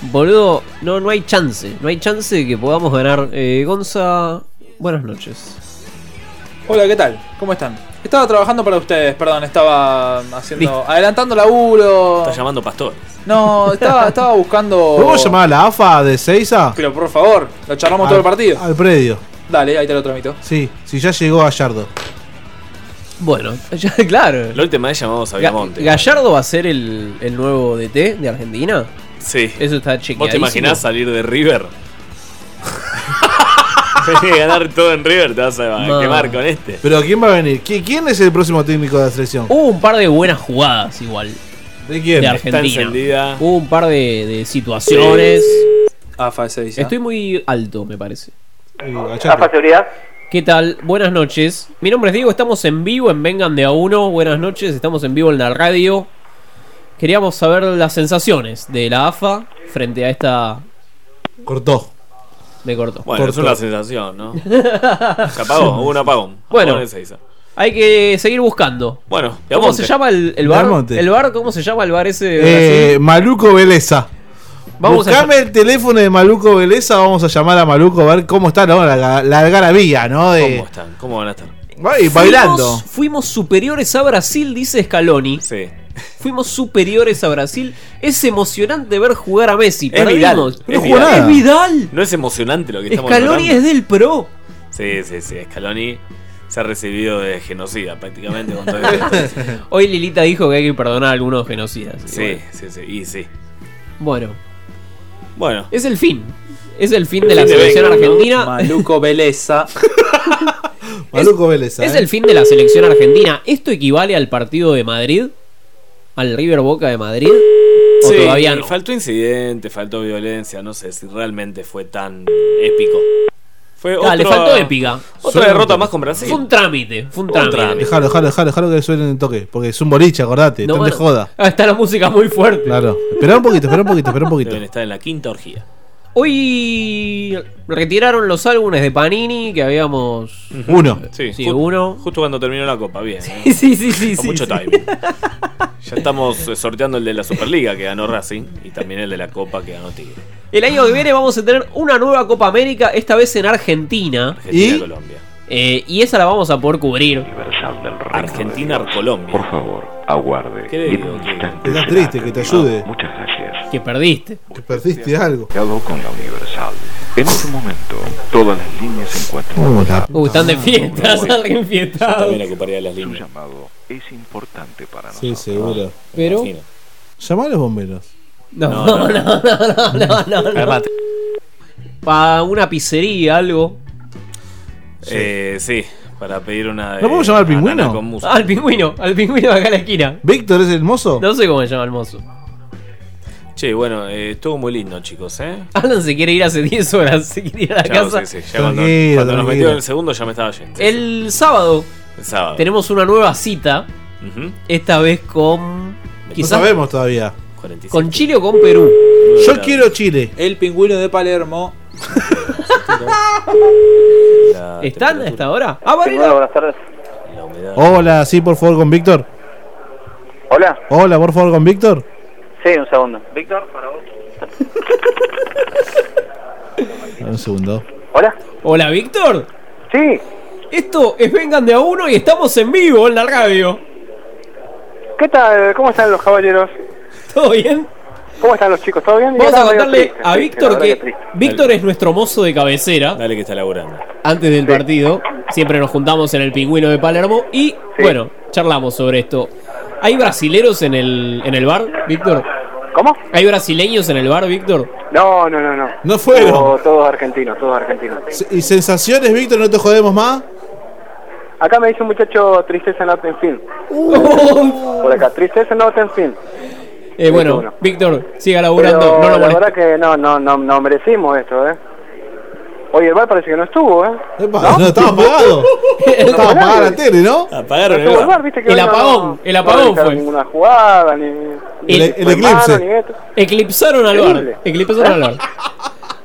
Speaker 1: Boludo, no, no hay chance, no hay chance de que podamos ganar. Eh, Gonza, buenas noches.
Speaker 3: Hola, ¿qué tal? ¿Cómo están? Estaba trabajando para ustedes, perdón, estaba haciendo.
Speaker 1: Listo.
Speaker 3: adelantando laburo.
Speaker 5: Está llamando Pastor.
Speaker 3: No, estaba, estaba buscando.
Speaker 4: [laughs] ¿Podemos llamar a la AFA de Seiza?
Speaker 3: Pero por favor, lo charlamos todo el
Speaker 4: Ah.
Speaker 3: partido.
Speaker 4: Al predio.
Speaker 3: Dale, ahí te lo tramito.
Speaker 4: Sí, si ya llegó Gallardo.
Speaker 1: Bueno, [laughs] ya, claro.
Speaker 5: La última vez llamamos a
Speaker 1: Ga-
Speaker 5: Viamonte.
Speaker 1: ¿Gallardo va a ser el, el nuevo DT de Argentina?
Speaker 5: Sí.
Speaker 1: Eso está chequeadísimo.
Speaker 5: ¿Vos te imaginás salir
Speaker 1: [laughs]
Speaker 5: de River? Tenés que ganar todo en River, te vas a
Speaker 1: No.
Speaker 5: quemar con este.
Speaker 4: Pero ¿quién va a venir? ¿Qui- ¿Quién es el próximo técnico de la selección?
Speaker 1: Hubo un par de buenas jugadas igual.
Speaker 4: ¿De quién?
Speaker 1: De
Speaker 4: Está
Speaker 1: Argentina.
Speaker 4: encendida.
Speaker 1: Hubo un par de, de situaciones.
Speaker 3: AFA se dice.
Speaker 1: Estoy muy alto, me parece.
Speaker 4: AFA
Speaker 1: Seguridad. ¿Qué tal? Buenas noches. Mi nombre es Diego, estamos en vivo en Vengan de a uno. Buenas noches, estamos en vivo en la radio. Queríamos saber las sensaciones de la AFA frente a esta...
Speaker 4: Cortó.
Speaker 1: Me cortó. [laughs]
Speaker 5: Bueno, es una sensación, ¿no? Se apagó, hubo un apagón.
Speaker 1: Bueno,
Speaker 5: Apagón en Ezeiza.
Speaker 1: Hay que seguir buscando.
Speaker 5: Bueno,
Speaker 1: ¿cómo se llama el, el bar?
Speaker 4: Piamonte.
Speaker 1: ¿El bar? ¿Cómo se llama el bar ese? de Brasil?
Speaker 4: Eh, Maluco Beleza.
Speaker 1: Vamos a-
Speaker 4: Buscame el teléfono de Maluco Beleza, vamos a llamar a Maluco a ver cómo está ¿no? la, la, la algarabía, ¿no? De-
Speaker 1: Eh.
Speaker 5: ¿Cómo están? ¿Cómo van a estar?
Speaker 4: Ay, bailando.
Speaker 1: Fuimos, fuimos superiores a Brasil, dice Scaloni.
Speaker 5: Sí.
Speaker 1: Fuimos superiores a Brasil. Es emocionante ver jugar a Messi.
Speaker 5: Es Vidal.
Speaker 1: Perdimos. No jugó nada. Es Vidal.
Speaker 5: No es emocionante lo que estamos
Speaker 1: Scaloni es
Speaker 5: narrando.
Speaker 1: del pro.
Speaker 5: Sí, sí, sí. Scaloni se ha recibido de genocida prácticamente. con todo esto.
Speaker 1: [laughs] Hoy Lilita dijo que hay que perdonar a algunos genocidas.
Speaker 5: sí, sí, sí. Y sí.
Speaker 1: Bueno,
Speaker 5: Bueno.
Speaker 1: es el fin. Es el fin de la
Speaker 5: Fin de
Speaker 1: selección
Speaker 5: Benga, ¿no?
Speaker 1: argentina. [laughs]
Speaker 3: Maluco Beleza.
Speaker 4: Maluco Beleza.
Speaker 1: Es
Speaker 4: ¿eh?
Speaker 1: el fin de la selección argentina. ¿Esto equivale al partido de Madrid? ¿Al River Boca de Madrid? ¿O
Speaker 5: Sí,
Speaker 1: todavía no?
Speaker 5: Faltó incidente, faltó violencia. No sé si realmente fue tan épico. Fue
Speaker 1: Ah, le
Speaker 5: otro-
Speaker 1: faltó épica.
Speaker 5: Otra
Speaker 4: Suena
Speaker 5: derrota
Speaker 4: un-
Speaker 5: más con Brasil.
Speaker 1: Fue un trámite. Fue un
Speaker 5: Otra.
Speaker 1: trámite.
Speaker 4: Dejalo, dejalo, dejalo, dejalo que suene un toque, porque es un boliche, acordate,
Speaker 1: No,
Speaker 4: están de
Speaker 1: bueno.
Speaker 4: joda.
Speaker 1: Ah, está la música muy fuerte.
Speaker 4: Claro. Espera un poquito, espera un poquito, espera
Speaker 5: [laughs]
Speaker 4: un poquito.
Speaker 5: Deben estar en la quinta orgía.
Speaker 1: Hoy retiraron los álbumes de Panini que habíamos.
Speaker 4: Uno.
Speaker 5: Sí,
Speaker 1: Sí,
Speaker 5: ju-
Speaker 1: uno.
Speaker 5: Justo cuando terminó la copa, bien. ¿eh?
Speaker 1: [laughs] sí, sí, sí,
Speaker 5: Con
Speaker 1: sí,
Speaker 5: mucho
Speaker 1: sí.
Speaker 5: timing. Ya estamos eh, sorteando el de la Superliga que ganó Racing y también el de la Copa que ganó Tigre.
Speaker 1: El año que viene vamos a tener una nueva Copa América, esta vez en Argentina.
Speaker 5: Argentina, Colombia.
Speaker 1: Eh, y esa la vamos a poder cubrir.
Speaker 5: Argentina, Colombia. Por
Speaker 7: favor, aguarde.
Speaker 5: ¿Qué le digo? ¿Qué?
Speaker 4: Está triste, que te ayude.
Speaker 7: Muchas gracias.
Speaker 1: Que perdiste.
Speaker 4: Que perdiste algo.
Speaker 7: Quedado con la Universal. En este momento, todas las líneas se encuentran.
Speaker 1: Uh, están de fiesta, salen enfiestados.
Speaker 5: También ocuparía las líneas.
Speaker 7: llamado es importante para
Speaker 4: Sí, seguro.
Speaker 1: Pero.
Speaker 4: Llamá a los bomberos.
Speaker 1: No, no, no, no, no, no, no. Para una pizzería, algo.
Speaker 5: Eh, sí, para pedir una.
Speaker 4: ¿No podemos llamar al pingüino?
Speaker 1: Ah, al pingüino, al pingüino de acá en la esquina.
Speaker 4: ¿Víctor es el mozo?
Speaker 1: No sé cómo se llama el mozo.
Speaker 5: Che, bueno, eh, estuvo muy lindo, chicos, ¿eh?
Speaker 1: Alan se quiere ir hace 10 horas, se quiere ir a la
Speaker 5: Chao,
Speaker 1: casa.
Speaker 5: sí, sí, ya cuando,
Speaker 4: Tranquilo,
Speaker 5: cuando nos
Speaker 4: tranquilo.
Speaker 5: metió en el segundo ya me estaba yendo.
Speaker 1: El sábado
Speaker 5: El sábado.
Speaker 1: tenemos una nueva cita.
Speaker 5: Ujú.
Speaker 1: Esta vez con. Quizás
Speaker 4: No sabemos todavía.
Speaker 1: con Chile o con Perú.
Speaker 4: Yo quiero Chile.
Speaker 3: El pingüino de Palermo.
Speaker 1: ¿Están a esta hora? Ah, bueno.
Speaker 13: buenas tardes.
Speaker 4: Hola, sí, por favor, con Víctor.
Speaker 13: Hola.
Speaker 4: Hola, por favor, con Víctor.
Speaker 13: Sí, un segundo. Víctor, para vos.
Speaker 4: Dame Un segundo.
Speaker 13: Hola.
Speaker 1: Hola, Víctor.
Speaker 13: Sí.
Speaker 1: Esto es Vengan de a uno y estamos en vivo en la radio.
Speaker 13: ¿Qué tal? ¿Cómo están los caballeros?
Speaker 1: ¿Todo bien?
Speaker 13: ¿Cómo están los chicos? ¿Todo bien?
Speaker 1: Vamos a
Speaker 13: Yo estaba medio
Speaker 1: contarle
Speaker 13: triste,
Speaker 1: a
Speaker 13: sí, la
Speaker 1: Víctor
Speaker 13: verdad
Speaker 1: que Víctor es nuestro mozo de cabecera.
Speaker 5: Dale que está laburando.
Speaker 1: Antes del partido, siempre nos juntamos en el pingüino de Palermo y, bueno, charlamos sobre esto. ¿Hay brasileros en el, en el bar, Víctor?
Speaker 13: ¿Cómo?
Speaker 1: ¿Hay brasileños en el bar, Víctor?
Speaker 13: No, no, no, no.
Speaker 4: No fueron.
Speaker 5: Oh.
Speaker 13: Todos, todos argentinos, todos argentinos.
Speaker 4: Se- ¿Y sensaciones, Víctor? ¿No te jodemos más?
Speaker 13: Acá me dice un muchacho tristeza en Open Film.
Speaker 1: Uh.
Speaker 13: Por acá, tristeza en Open Film.
Speaker 1: Eh, bueno, Víctor, siga laburando.
Speaker 13: Pero
Speaker 1: no lo
Speaker 13: la
Speaker 1: moleste.
Speaker 13: verdad que no, no, no, no merecimos esto, ¿eh? Oye, el bar parece que no estuvo, ¿eh?
Speaker 4: No, estaba
Speaker 5: [laughs]
Speaker 4: apagado. estaba apagada la tele, ¿no?
Speaker 5: Apagaron
Speaker 13: Estuvo el bar, viste que
Speaker 1: El
Speaker 13: hoy no-
Speaker 1: apagón, el
Speaker 13: no
Speaker 1: apagón
Speaker 13: realizaron
Speaker 1: fue.
Speaker 13: ninguna jugada, ni... ni
Speaker 1: El- e-,
Speaker 13: fue
Speaker 1: el
Speaker 13: mano,
Speaker 1: eclipse.
Speaker 13: ni esto.
Speaker 1: Eclipsaron al
Speaker 13: Increíble.
Speaker 1: bar. Eclipsaron al bar.
Speaker 13: [laughs]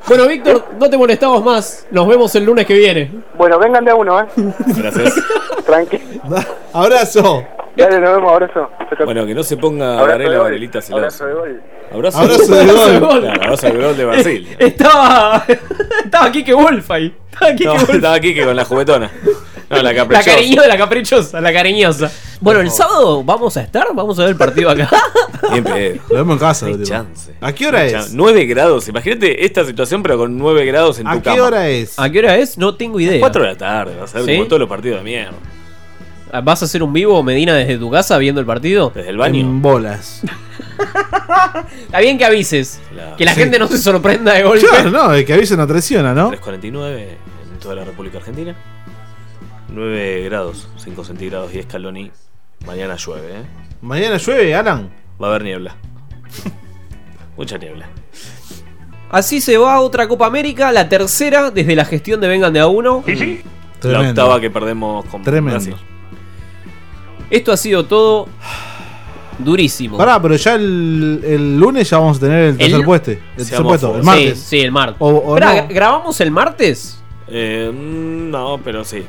Speaker 1: Bueno, Víctor, no te molestamos más. Nos vemos el lunes que viene.
Speaker 13: Bueno, vengan de
Speaker 1: [laughs]
Speaker 13: a uno, ¿eh?
Speaker 5: Gracias.
Speaker 13: [laughs] Tranqui.
Speaker 4: Abrazo.
Speaker 13: Dale, nos vemos, abrazo.
Speaker 5: Bueno, que no se ponga
Speaker 13: Abrazo de
Speaker 5: Varela
Speaker 13: gol.
Speaker 5: Varelita celosa. Abrazo,
Speaker 4: Abrazo de gol.
Speaker 5: Claro, abrazo de
Speaker 4: [laughs]
Speaker 5: gol de Brasil.
Speaker 1: [laughs] Estaba. Estaba Kike Wolf ahí. Estaba Kike
Speaker 5: No,
Speaker 1: Wolf.
Speaker 5: estaba aquí que con la juguetona. No, la
Speaker 1: La
Speaker 5: caprichosa.
Speaker 1: cariñosa, la caprichosa, la cariñosa. Bueno, el sábado vamos a estar, vamos a ver el partido
Speaker 5: [laughs]
Speaker 1: acá.
Speaker 5: Bien
Speaker 4: [laughs]
Speaker 5: pedo.
Speaker 4: Lo vemos en casa.
Speaker 5: No hay chance.
Speaker 4: ¿A qué hora
Speaker 5: No hay
Speaker 4: es?
Speaker 5: chance. 9 grados. Imagínate esta situación, pero con 9 grados en tu cama. Ah,
Speaker 4: es?
Speaker 1: ¿A qué hora es? No tengo idea.
Speaker 5: 4 de la tarde. Va a ser
Speaker 1: ¿Sí?
Speaker 5: como todos los partidos de mierda.
Speaker 1: ¿Vas a hacer un vivo, Medina, desde tu casa viendo el partido?
Speaker 5: Desde el [laughs]
Speaker 4: En bolas.
Speaker 1: Está bien que avises. Que la gente no se sorprenda de golpe. [laughs]
Speaker 4: Claro, no, el que avisa no traiciona, ¿no?
Speaker 5: 3.49 en toda la República Argentina. 9 grados, 5 centígrados y escaloni. Mañana llueve, ¿eh?
Speaker 4: Mañana llueve, Alan.
Speaker 5: Va a haber
Speaker 1: [laughs]
Speaker 5: niebla. Mucha niebla.
Speaker 1: Así se va otra Copa América, la tercera desde la gestión de Vengan de a uno.
Speaker 5: La octava que perdemos con
Speaker 4: Tremendo.
Speaker 5: Brasil.
Speaker 1: Esto ha sido todo durísimo.
Speaker 4: Pará, pero ya el, el lunes ya vamos a tener el tercer
Speaker 1: El-
Speaker 4: puesto. El tercer puesto, el martes.
Speaker 1: Sí, sí, el martes.
Speaker 4: O- o
Speaker 1: Pará,
Speaker 4: no.
Speaker 1: gra- ¿grabamos el martes?
Speaker 5: Eh, mm, no, pero sí.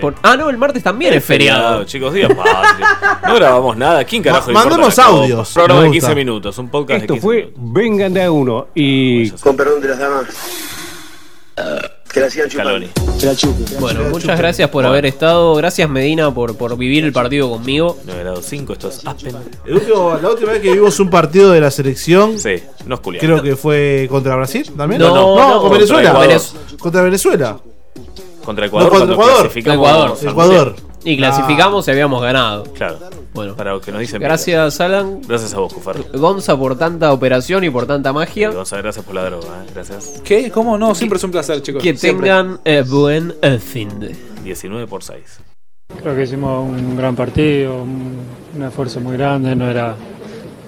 Speaker 1: Por- ah, no, el martes también es feriado.
Speaker 5: Chicos, días fáciles. No grabamos nada. ¿Quién carajo le importa
Speaker 1: mandemos
Speaker 5: las cosas?
Speaker 1: audios.
Speaker 5: Programa
Speaker 13: Me
Speaker 5: de
Speaker 13: gusta.
Speaker 5: 15 minutos, un podcast de
Speaker 13: Esto
Speaker 5: 15
Speaker 13: fue Vengan de a uno y.
Speaker 14: Con perdón de las damas.
Speaker 5: Ah,
Speaker 14: Que la sigan chupando.
Speaker 1: Bueno, muchas gracias por haber estado. Gracias, Medina, por, por vivir el partido conmigo.
Speaker 5: 9 5, esto es Aspen.
Speaker 15: El último- la última vez que vimos un partido de la selección,
Speaker 5: Sí, nos culiamos.
Speaker 15: creo que fue contra Brasil también.
Speaker 5: No, no, no,
Speaker 15: con
Speaker 5: contra
Speaker 15: Venezuela.
Speaker 5: Ecuador.
Speaker 15: Contra Venezuela.
Speaker 5: Contra Ecuador.
Speaker 15: No, contra
Speaker 5: cuando
Speaker 15: Ecuador.
Speaker 5: clasificamos
Speaker 1: Ecuador.
Speaker 5: a-
Speaker 15: Ecuador.
Speaker 1: Y clasificamos y habíamos ganado.
Speaker 5: Claro.
Speaker 1: Bueno.
Speaker 5: Para los que nos dicen.
Speaker 1: Gracias, Alan.
Speaker 5: Gracias a vos, Cufar.
Speaker 1: Gonza, por tanta operación y por tanta magia.
Speaker 5: Gonzalo, gracias por la droga, eh. gracias.
Speaker 16: ¿Qué? ¿Cómo no? Siempre es un placer, chicos.
Speaker 1: Que
Speaker 16: Siempre.
Speaker 1: tengan eh, buen eh, fin de.
Speaker 5: 19 por 6.
Speaker 13: Creo que hicimos un gran partido, un, un esfuerzo muy grande, no era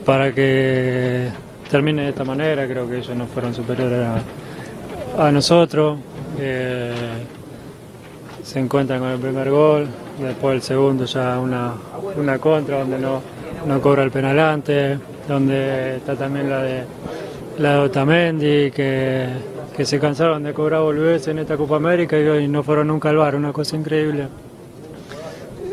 Speaker 13: para que termine de esta manera, creo que ellos no fueron superiores a, a nosotros. Eh, se encuentran con el primer gol, después el segundo ya una, una contra donde no, no cobra el penal antes, donde está también la de la de Otamendi, que, que se cansaron de cobrar volverse en esta Copa América y hoy no fueron nunca al bar, una cosa increíble.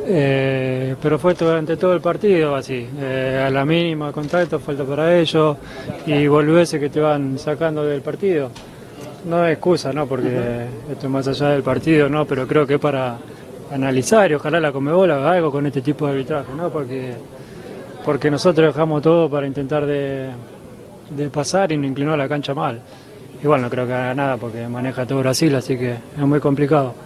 Speaker 13: Eh, pero fue durante todo el partido así, eh, a la mínima contacto, falta para ellos y volverse que te van sacando del partido. No es excusa, ¿no? Porque esto es más allá del partido, ¿no? Pero creo que es para analizar y ojalá la Comebol haga algo con este tipo de arbitraje, ¿no? Porque, porque nosotros dejamos todo para intentar de, de pasar y no inclinó la cancha mal. Igual no creo que haga nada porque maneja todo Brasil, así que es muy complicado.